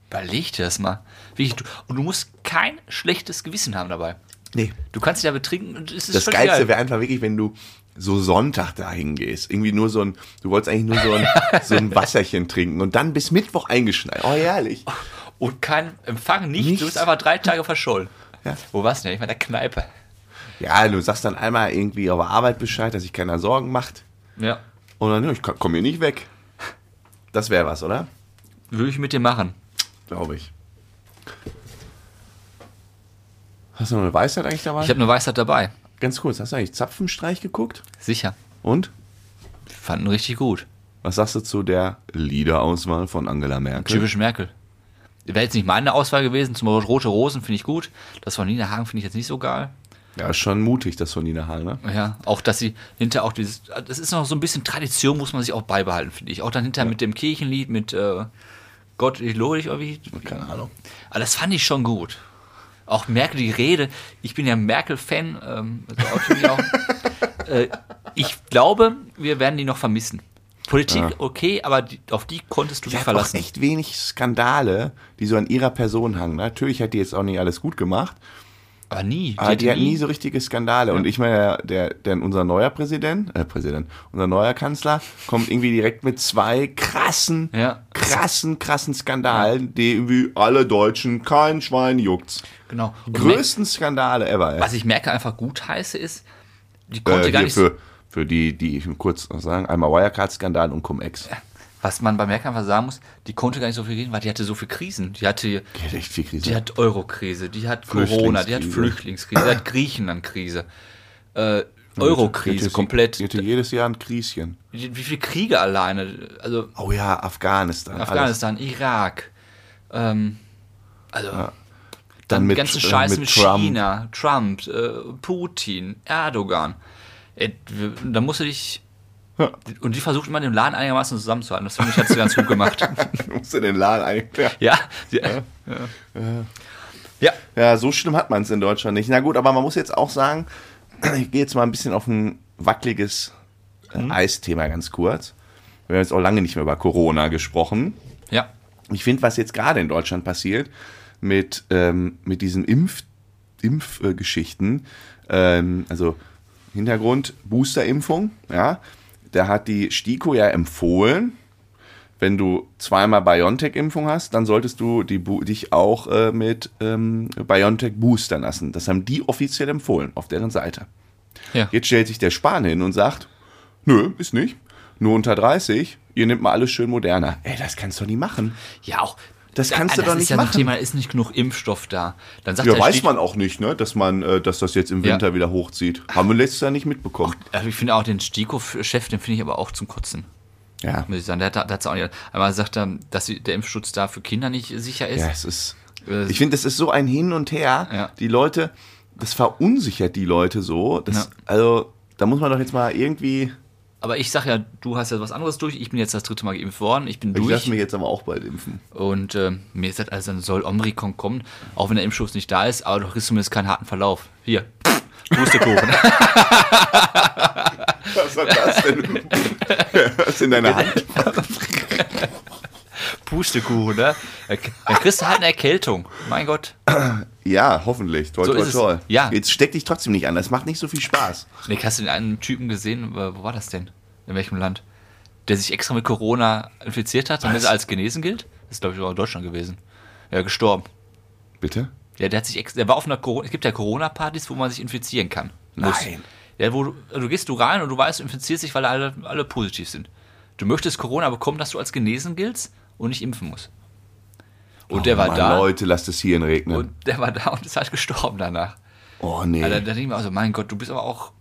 S2: Überleg dir das mal. Wirklich, du- Und du musst kein schlechtes Gewissen haben dabei.
S1: Nee,
S2: Du kannst dich da betrinken und es ist
S1: Das
S2: völlig
S1: Geilste
S2: geil.
S1: wäre einfach wirklich, wenn du so Sonntag dahin gehst. Irgendwie nur so ein, du wolltest eigentlich nur so ein, so ein Wasserchen trinken und dann bis Mittwoch eingeschneit. Oh, herrlich.
S2: Und kein Empfang, nichts.
S1: Nichts.
S2: Du bist einfach drei Tage verschollen.
S1: Ja.
S2: Wo warst du denn? Ich war in der Kneipe.
S1: Ja, du sagst dann einmal irgendwie auf der Arbeit Bescheid, dass sich keiner Sorgen macht.
S2: Ja.
S1: Und dann, ja, ich komm hier nicht weg. Das wäre was, oder?
S2: Würde ich mit dir machen.
S1: Glaube ich. Hast du noch eine Weisheit eigentlich dabei?
S2: Ich habe eine Weisheit dabei.
S1: Ganz kurz, hast du eigentlich Zapfenstreich geguckt?
S2: Sicher.
S1: Und?
S2: Wir fanden richtig gut.
S1: Was sagst du zu der Liederauswahl von Angela Merkel?
S2: Typisch Merkel. Wäre jetzt nicht meine Auswahl gewesen. Zum Beispiel Rote Rosen finde ich gut. Das von Nina Hagen finde ich jetzt nicht so geil.
S1: Ja, ist schon mutig, das von Nina Hagen, ne?
S2: Ja, auch dass sie hinter auch dieses, das ist noch so ein bisschen Tradition, muss man sich auch beibehalten, finde ich. Auch dann hinter mit dem Kirchenlied, mit äh, Gott, ich lobe dich irgendwie.
S1: Keine Ahnung.
S2: Aber das fand ich schon gut. Auch Merkel, die Rede. Ich bin ja Merkel-Fan. Ähm, also auch schon auch. äh, ich glaube, wir werden die noch vermissen. Politik, okay, aber die, auf die konntest du
S1: Die
S2: dich
S1: hat auch
S2: verlassen.
S1: echt wenig Skandale, die so an ihrer Person hangen. Natürlich hat die jetzt auch nicht alles gut gemacht,
S2: Aber nie.
S1: Aber die hat
S2: hatte
S1: nie so richtige Skandale. Und ich meine, der, der, unser neuer Präsident, äh, Präsident, unser neuer Kanzler kommt irgendwie direkt mit zwei krassen,
S2: Ja.
S1: krassen, krassen Skandalen, die irgendwie alle Deutschen kein Schwein juckt's.
S2: Genau. Und
S1: Größten Skandale ever, ey.
S2: was ich merke einfach gut heiße ist, die konnte
S1: äh,
S2: gar
S1: hier
S2: nicht so,
S1: für, für die, die ich kurz noch sagen, einmal Wirecard-Skandal und Cum-Ex.
S2: was man bei Merkel einfach sagen muss, die konnte gar nicht so viel gehen, weil die hatte so viel Krisen. Die hatte,
S1: Die hat echt viel Krise.
S2: die hat Euro-Krise, die hat Corona, die hat
S1: Flüchtlingskrise.
S2: Flüchtlingskrise, die hat Griechenland-Krise, äh,
S1: Die
S2: Euro-Krise
S1: hatte-
S2: komplett.
S1: Die hatte jedes Jahr ein Krieschen.
S2: Wie wie viele Kriege alleine? Also
S1: Oh ja, Afghanistan. alles.
S2: Afghanistan, Irak. Ähm, also dann
S1: mit-
S2: ganze
S1: äh,
S2: Scheiße mit,
S1: mit Trump.
S2: China, Trump, äh, Putin, Erdogan. Ey, w- da musst du dich.
S1: Ja.
S2: Und die versucht immer den Laden einigermaßen zusammenzuhalten. Das finde ich, hat sie ganz gut gemacht.
S1: Du musst in den Laden eigentlich.
S2: ja, sie, ja.
S1: Ja, so schlimm hat man es in Deutschland nicht. Na gut, aber man muss jetzt auch sagen, ich gehe jetzt mal ein bisschen auf ein wackeliges äh, Eisthema ganz kurz. Wir haben jetzt auch lange nicht mehr über Corona gesprochen.
S2: ja.
S1: Ich finde, was jetzt gerade in Deutschland passiert mit, ähm, mit diesen Impf, Impfgeschichten, äh, Geschichten, ähm, also Hintergrund Boosterimpfung, ja, da hat die STIKO ja empfohlen, wenn du zweimal BioNTech-Impfung hast, dann solltest du die, Bu- dich auch äh, mit ähm, BioNTech boostern lassen. Das haben die offiziell empfohlen auf deren Seite.
S2: ja.
S1: Jetzt stellt sich der Spahn hin und sagt, nö, ist nicht, nur unter 30, ihr nehmt mal alles schön moderner. Ey, das kannst du doch nie machen.
S2: Ja, auch.
S1: Das kannst du
S2: das
S1: doch
S2: ist
S1: nicht
S2: ja
S1: machen.
S2: So ein Thema, da ist nicht genug Impfstoff da. Dann sagt
S1: Ja,
S2: der
S1: weiß
S2: Stieg-
S1: man auch nicht, ne? dass, man, äh, dass das jetzt im
S2: Ja.
S1: Winter wieder hochzieht. Haben wir letztes Jahr nicht mitbekommen.
S2: Also ich finde auch den Stiko-Chef, den finde ich aber auch zum Kotzen.
S1: ja.
S2: muss ich sagen. Der hat, der hat's auch nicht. Einmal sagt er, dass die- der Impfschutz da für Kinder nicht sicher ist.
S1: ja, es ist.
S2: Äh,
S1: Ich finde, das ist so ein Hin und Her.
S2: Ja.
S1: Die Leute, das verunsichert die Leute so. Das,
S2: Ja.
S1: Also, da muss man doch jetzt mal irgendwie.
S2: Aber ich sage ja, du hast ja was anderes durch. Ich bin jetzt das dritte Mal geimpft worden. Ich bin
S1: Ich
S2: durch.
S1: lasse mich jetzt aber auch bald impfen.
S2: und ähm, mir ist das also, dann soll Omricon kommen, auch wenn der Impfschutz nicht da ist. Aber du kriegst zumindest keinen harten Verlauf. Hier, Pustekuchen.
S1: Was war das denn? Was ist in deiner Hand?
S2: Pustekuchen, ne? Dann kriegst du halt eine Erkältung. Mein Gott.
S1: Ja, hoffentlich. Toi,
S2: So
S1: toi,
S2: ist es.
S1: toi.
S2: Ja.
S1: Jetzt steck dich trotzdem nicht an. Das macht nicht so viel Spaß.
S2: Nick, hast du den einen Typen gesehen? Äh, Wo war das denn? In welchem Land? Der sich extra mit Corona infiziert hat, damit
S1: Was?
S2: er als genesen gilt? Das ist, glaube ich, auch in Deutschland gewesen. Ja, gestorben.
S1: Bitte?
S2: Ja, der hat sich ex der war auf einer Corona, es gibt ja Corona-Partys, wo man sich infizieren kann. Muss.
S1: Nein.
S2: Ja, wo du, also du gehst du rein und du weißt, du infizierst dich, weil alle, alle positiv sind. Du möchtest Corona bekommen, dass du als genesen giltst und nicht impfen musst. Und der war
S1: Oh Mann,
S2: da.
S1: Leute, lasst es hierhin regnen.
S2: Und der war da und ist halt gestorben danach.
S1: oh, nee.
S2: Alter, da denke ich mir, also mein Gott, du bist aber auch.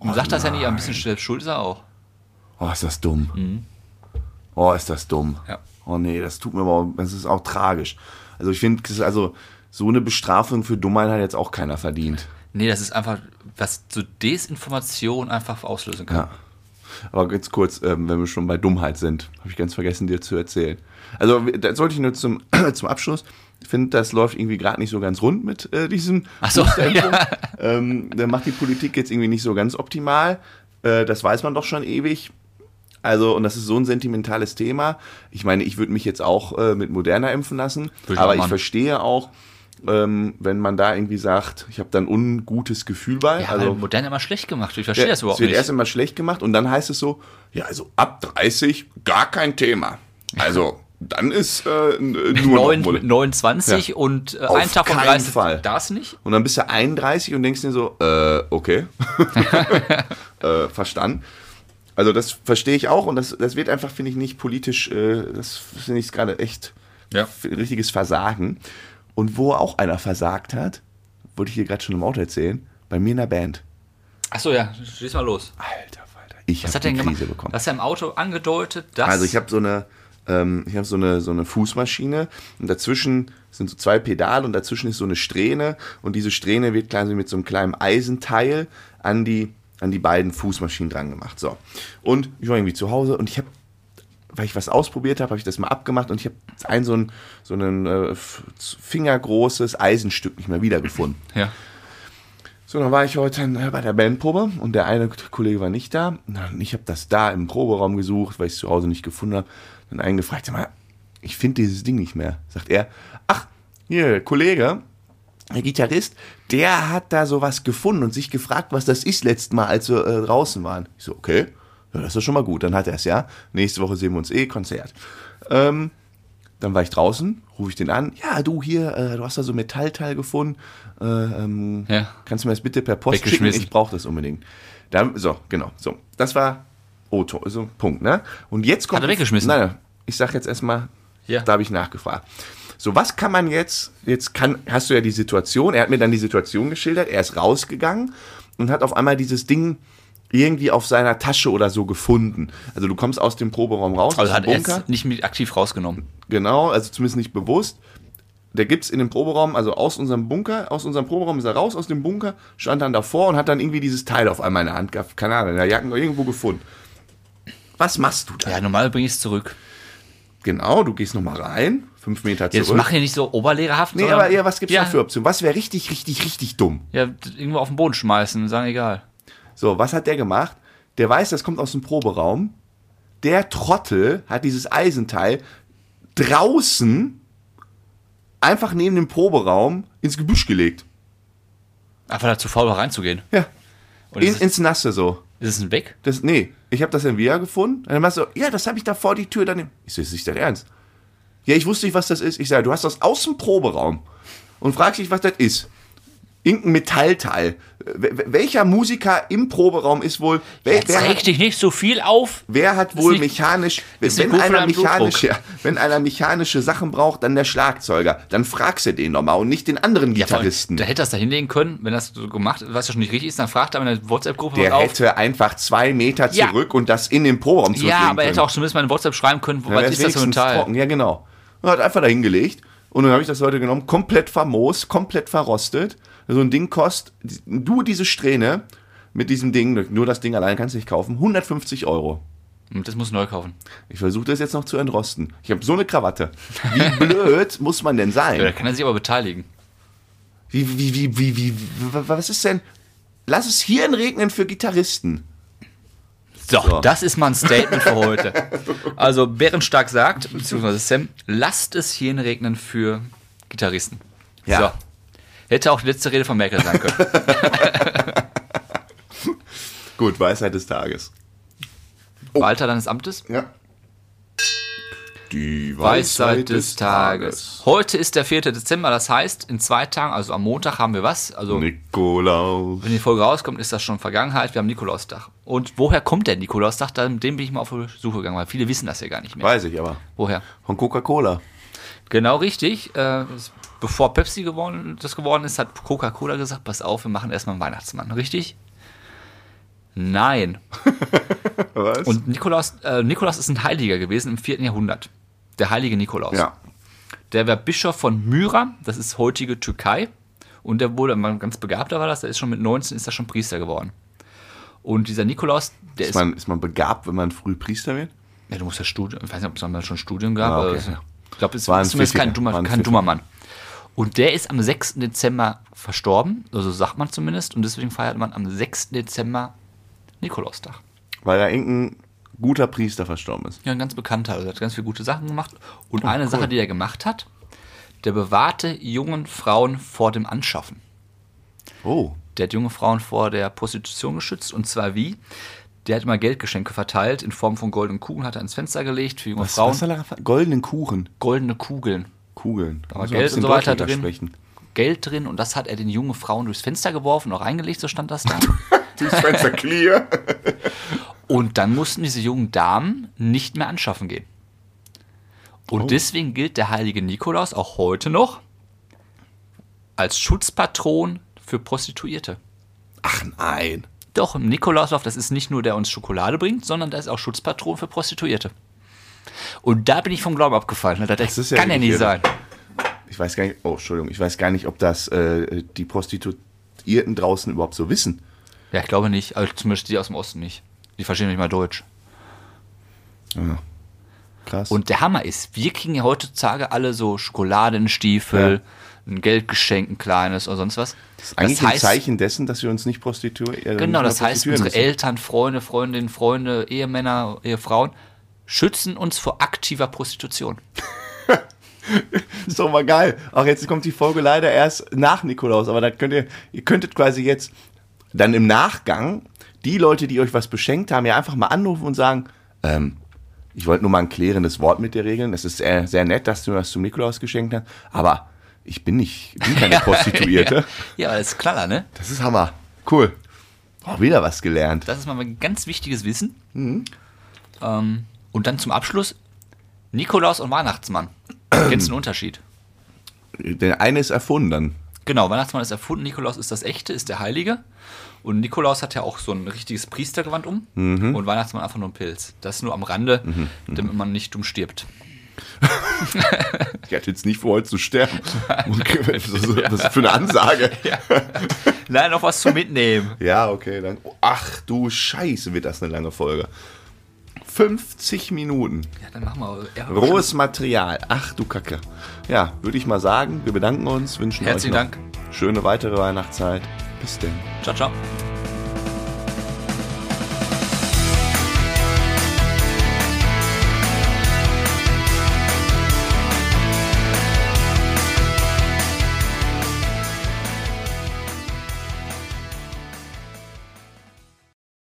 S2: Man sagt das ja nicht, aber ein bisschen selbst schuld ist er auch.
S1: Oh, ist das dumm. Oh, ist das dumm.
S2: Ja.
S1: Oh nee, das tut mir aber, das ist auch tragisch. Also ich finde, das ist also so eine Bestrafung für Dummheit hat jetzt auch keiner verdient.
S2: Nee, das ist einfach, was so Desinformation einfach auslösen kann.
S1: Ja. Aber jetzt kurz, ähm, wenn wir schon bei Dummheit sind, habe ich ganz vergessen, dir zu erzählen. Also das sollte ich nur zum, zum Abschluss. Ich finde, das läuft irgendwie gerade nicht so ganz rund mit äh, diesem
S2: Ach so,
S1: Boosterimpfung.
S2: ja.
S1: ähm, Da macht die Politik jetzt irgendwie nicht so ganz optimal. Äh, das weiß man doch schon ewig. Also, und das ist so ein sentimentales Thema. Ich meine, ich würde mich jetzt auch äh, mit Moderna impfen lassen,
S2: ich auch
S1: aber ich
S2: machen.
S1: verstehe auch, ähm, wenn man da irgendwie sagt, ich habe dann ungutes Gefühl bei.
S2: Ja,
S1: also,
S2: also, modern immer schlecht gemacht. Ich verstehe
S1: ja,
S2: das überhaupt
S1: es wird
S2: nicht.
S1: erst einmal schlecht gemacht und dann heißt es so, ja, also ab 30 gar kein Thema. Also dann ist äh, n- nur
S2: Neun-
S1: noch Mulle.
S2: 29 und äh, ein Tag vom
S1: keinen
S2: 30.
S1: Fall.
S2: Das nicht?
S1: Und dann bist du 31 und denkst dir so, äh, okay. äh, verstanden. Also das verstehe ich auch und das, das wird einfach, finde ich, nicht politisch, äh, das finde ich gerade echt
S2: Ja.
S1: f- richtiges Versagen. Und wo auch einer versagt hat, wollte ich hier gerade schon im Auto erzählen, bei mir in der Band.
S2: Achso, ja, schließ mal los.
S1: Alter, Alter. Ich
S2: Was
S1: habe
S2: hat
S1: die
S2: er denn
S1: Krise
S2: gemacht?
S1: bekommen.
S2: Was er im Auto angedeutet, dass.
S1: Also ich habe so eine, ähm, ich habe so eine so eine Fußmaschine und dazwischen sind so zwei Pedale und dazwischen ist so eine Strähne und diese Strähne wird quasi mit so einem kleinen Eisenteil an die an die beiden Fußmaschinen dran gemacht. So und ich war irgendwie zu Hause und ich habe weil ich was ausprobiert habe, habe ich das mal abgemacht und ich habe ein so ein so ein äh, f- fingergroßes Eisenstück nicht mehr wiedergefunden.
S2: Ja.
S1: So, dann war ich heute äh, bei der Bandprobe und der eine Kollege war nicht da. Na, und Ich habe das da im Proberaum gesucht, weil ich es zu Hause nicht gefunden habe. Dann einen gefragt, sag mal, ich finde dieses Ding nicht mehr. Sagt er, ach, hier, Kollege, der Gitarrist, der hat da sowas gefunden und sich gefragt, was das ist letztes Mal, als wir äh, draußen waren. Ich so, okay, ja, das ist schon mal gut, dann hat er es, ja. Nächste Woche sehen wir uns eh, Konzert. Ähm, dann war ich draußen, rufe ich den an. Ja, du hier, äh, du hast da so ein Metallteil gefunden. Äh, ähm,
S2: Ja.
S1: Kannst du mir das bitte per Post schicken?
S2: Weggeschmissen.
S1: Ich brauche das unbedingt. Da, so, genau. So, das war Otto, also Punkt, ne? Und jetzt kommt.
S2: Hat er weggeschmissen?
S1: Nein, nein, ich sag jetzt erstmal,
S2: Ja.
S1: da habe ich nachgefragt. So, was kann man jetzt, jetzt kann, hast du ja die Situation, er hat mir dann die Situation geschildert, er ist rausgegangen und hat auf einmal dieses Ding irgendwie auf seiner Tasche oder so gefunden. Also du kommst aus dem Proberaum raus,
S2: Also
S1: aus
S2: hat
S1: dem
S2: er
S1: Bunker.
S2: es nicht mit aktiv rausgenommen.
S1: Genau, also zumindest nicht bewusst. Der gibt's in dem Proberaum, also aus unserem Bunker, aus unserem Proberaum ist er raus, aus dem Bunker, stand dann davor und hat dann irgendwie dieses Teil auf einmal in der Hand gehabt. Keine Ahnung, in der Jacke irgendwo gefunden. Was machst du da?
S2: Ja, normal bringe ich es zurück.
S1: Genau, du gehst nochmal rein, fünf Meter
S2: Jetzt
S1: zurück.
S2: mach hier nicht so oberlehrerhaft.
S1: nee,
S2: sondern-
S1: aber ja, was gibt's
S2: ja,
S1: noch für Optionen? Was wäre richtig, richtig, richtig dumm?
S2: Ja, d- irgendwo auf den Boden schmeißen und sagen, egal.
S1: So, was hat der gemacht? Der weiß, das kommt aus dem Proberaum. Der Trottel hat dieses Eisenteil draußen einfach neben dem Proberaum ins Gebüsch gelegt.
S2: Einfach dazu faul war reinzugehen.
S1: Ja.
S2: Und
S1: In,
S2: ist, es,
S1: ins Nasse so.
S2: ist es ein Weg?
S1: Das, nee, ich habe das in Via gefunden. Und dann machst du, ja, das habe ich da vor die Tür daneben. Ich so, ist nicht dein Ernst? Ja, ich wusste nicht, was das ist. Ich sage, du hast das aus dem Proberaum und fragst dich, was das ist. Irgendein Metallteil. W- w- Welcher Musiker im Proberaum ist wohl. Wer,
S2: Jetzt
S1: wer hat
S2: reg dich nicht so viel auf.
S1: Wer hat
S2: Ist
S1: wohl
S2: nicht-
S1: mechanisch,
S2: ist
S1: wenn
S2: nicht gut für
S1: einer,
S2: deinen
S1: mechanisch ja, wenn einer mechanische Sachen braucht, dann der Schlagzeuger. Dann fragst du den nochmal und nicht den anderen
S2: Vor allem,
S1: Gitarristen.
S2: Der hätte das da hinlegen können, wenn das so gemacht, was ja schon nicht richtig ist, dann fragt er in der WhatsApp-Gruppe was
S1: der
S2: auf.
S1: hätte einfach zwei Meter
S2: Ja.
S1: zurück und das in den Proberaum zurücklegen
S2: Ja, aber er
S1: können.
S2: hätte auch zumindest mal in WhatsApp schreiben können, wo,
S1: Dann
S2: was
S1: wär's
S2: ist das für ein
S1: wenigstens
S2: Teil?
S1: trocken. Ja, genau. Und hat einfach da hingelegt. Und dann habe ich das heute genommen, komplett famos, komplett verrostet. So ein Ding kostet, du diese Strähne mit diesem Ding, nur das Ding allein kannst du nicht kaufen, 150 Euro.
S2: Und Hm, Das muss neu kaufen.
S1: Ich versuche das jetzt noch zu entrosten. Ich habe so eine Krawatte. Wie blöd muss man denn sein?
S2: Ja, da kann er sich aber beteiligen.
S1: Wie, wie, wie, wie, wie, w- w- was ist denn? Lass es hier in Regnen für Gitarristen.
S2: So,
S1: So.
S2: das ist mal ein Statement für heute. Also, Bärenstark sagt, beziehungsweise Sam, lasst es hierhin regnen für Gitarristen.
S1: Ja.
S2: So. Hätte auch die letzte Rede von Merkel sein können.
S1: Gut, Weisheit des Tages.
S2: Walter deines Amtes?
S1: Ja. Die
S2: Weisheit des Tages. Heute ist der 4. Dezember, das heißt, in zwei Tagen, also am Montag haben wir was? Also,
S1: Nikolaus.
S2: wenn die Folge rauskommt, ist das schon Vergangenheit. Wir haben Nikolaustag. Und woher kommt der Nikolaustag? Dann- Dem bin ich mal auf die Suche gegangen, weil viele wissen das ja gar nicht mehr.
S1: Weiß ich aber.
S2: Woher?
S1: Von Coca-Cola.
S2: Genau richtig. Äh, es- bevor Pepsi geworden, das geworden ist, hat Coca-Cola gesagt, pass auf, wir machen erstmal einen Weihnachtsmann. Richtig? Nein.
S1: Was?
S2: Und Nikolaus, äh, Nikolaus ist ein Heiliger gewesen im 4. Jahrhundert. Der heilige Nikolaus.
S1: ja.
S2: Der war Bischof von Myra, das ist heutige Türkei. Und der wurde, man ganz begabter war das, der ist schon mit 19, ist er schon Priester geworden. Und dieser Nikolaus, der
S1: Ist
S2: ist,
S1: man, ist man begabt, wenn man früh Priester wird?
S2: ja, du musst ja Studium, ich weiß nicht, ob es damals schon Studium gab,
S1: Ah, okay.
S2: aber es- ich glaube, es
S1: War ein
S2: war zumindest
S1: Pfiffiger,
S2: kein,
S1: war
S2: dummer,
S1: ein
S2: kein dummer Mann. Und der ist am 6. Dezember verstorben, also sagt man zumindest, und deswegen feiert man am 6. Dezember Nikolaustag.
S1: Weil da irgendein guter Priester verstorben ist.
S2: Ja, ein ganz bekannter, also der hat ganz viele gute Sachen gemacht. Und
S1: Oh,
S2: eine Sache, die er gemacht hat, der bewahrte jungen Frauen vor dem Anschaffen.
S1: Oh.
S2: Der hat junge Frauen vor der Prostitution geschützt und zwar wie? Der hat immer Geldgeschenke verteilt in Form von goldenen Kugeln, hat er ins Fenster gelegt für junge Frauen.
S1: hat er da ver- Goldenen Kuchen.
S2: Goldene Kugeln,
S1: Kugeln. Da
S2: war Geld und so weiter drin.
S1: Sprechen.
S2: Geld drin und das hat er den jungen Frauen durchs Fenster geworfen, auch reingelegt, so stand das da.
S1: Durchs Fenster clear.
S2: und dann mussten diese jungen Damen nicht mehr anschaffen gehen. Und
S1: Oh.
S2: deswegen gilt der heilige Nikolaus auch heute noch als Schutzpatron für Prostituierte.
S1: Ach nein.
S2: Doch, im Nikolauslauf, das ist nicht nur der uns Schokolade bringt, sondern der ist auch Schutzpatron für Prostituierte. Und da bin ich vom Glauben abgefallen. Das, das
S1: ist ja
S2: kann ja nicht sein.
S1: gefährlich. ich weiß gar nicht, oh, Entschuldigung, ich weiß gar nicht, ob das äh, die Prostituierten draußen überhaupt so wissen.
S2: Ja, ich glaube nicht. Also zumindest die aus dem Osten nicht. Die verstehen nicht mal Deutsch.
S1: Krass.
S2: Und der Hammer ist, wir kriegen ja heutzutage alle so Schokoladenstiefel, ein Geldgeschenk, ein kleines oder sonst was. Das
S1: ist eigentlich ein Zeichen dessen, dass wir uns nicht prostituieren. Äh,
S2: Genau,
S1: nicht mehr
S2: das heißt,
S1: prostituieren
S2: unsere
S1: müssen.
S2: Eltern, Freunde, Freundinnen, Freunde, Ehemänner, Ehefrauen schützen uns vor aktiver Prostitution.
S1: Ist doch mal geil. Auch jetzt kommt die Folge leider erst nach Nikolaus, aber dann könnt ihr, ihr könntet quasi jetzt dann im Nachgang die Leute, die euch was beschenkt haben, ja einfach mal anrufen und sagen, ähm, ich wollte nur mal ein klärendes Wort mit dir regeln. Es ist sehr, sehr nett, dass du mir was zum Nikolaus geschenkt hast, aber ich bin nicht, ich bin keine Prostituierte.
S2: Ja, aber das ist klar, ne?
S1: Das ist Hammer. Cool. Auch wieder was gelernt.
S2: Das ist mal ein ganz wichtiges Wissen.
S1: Mhm.
S2: Ähm, und dann zum Abschluss Nikolaus und Weihnachtsmann. Kennst du den Unterschied?
S1: Der eine ist erfunden dann.
S2: Genau, Weihnachtsmann ist erfunden, Nikolaus ist das echte, ist der Heilige. Und Nikolaus hat ja auch so ein richtiges Priestergewand um und Weihnachtsmann einfach nur ein Pilz. Das nur am Rande, damit man nicht dumm stirbt.
S1: Ich hatte jetzt nicht vor, heute zu sterben. Das ist das ist für eine Ansage.
S2: Nein, noch was zum Mitnehmen.
S1: Ja, okay, dann. Ach du Scheiße, wird das eine lange Folge. 50 Minuten.
S2: Ja, dann machen wir. Ja,
S1: Rohes Material. Ach du Kacke. Ja, würde ich mal sagen, wir bedanken uns, wünschen
S2: Herzlichen
S1: euch noch
S2: Dank.
S1: schöne weitere Weihnachtszeit. Bis denn.
S2: Ciao, ciao.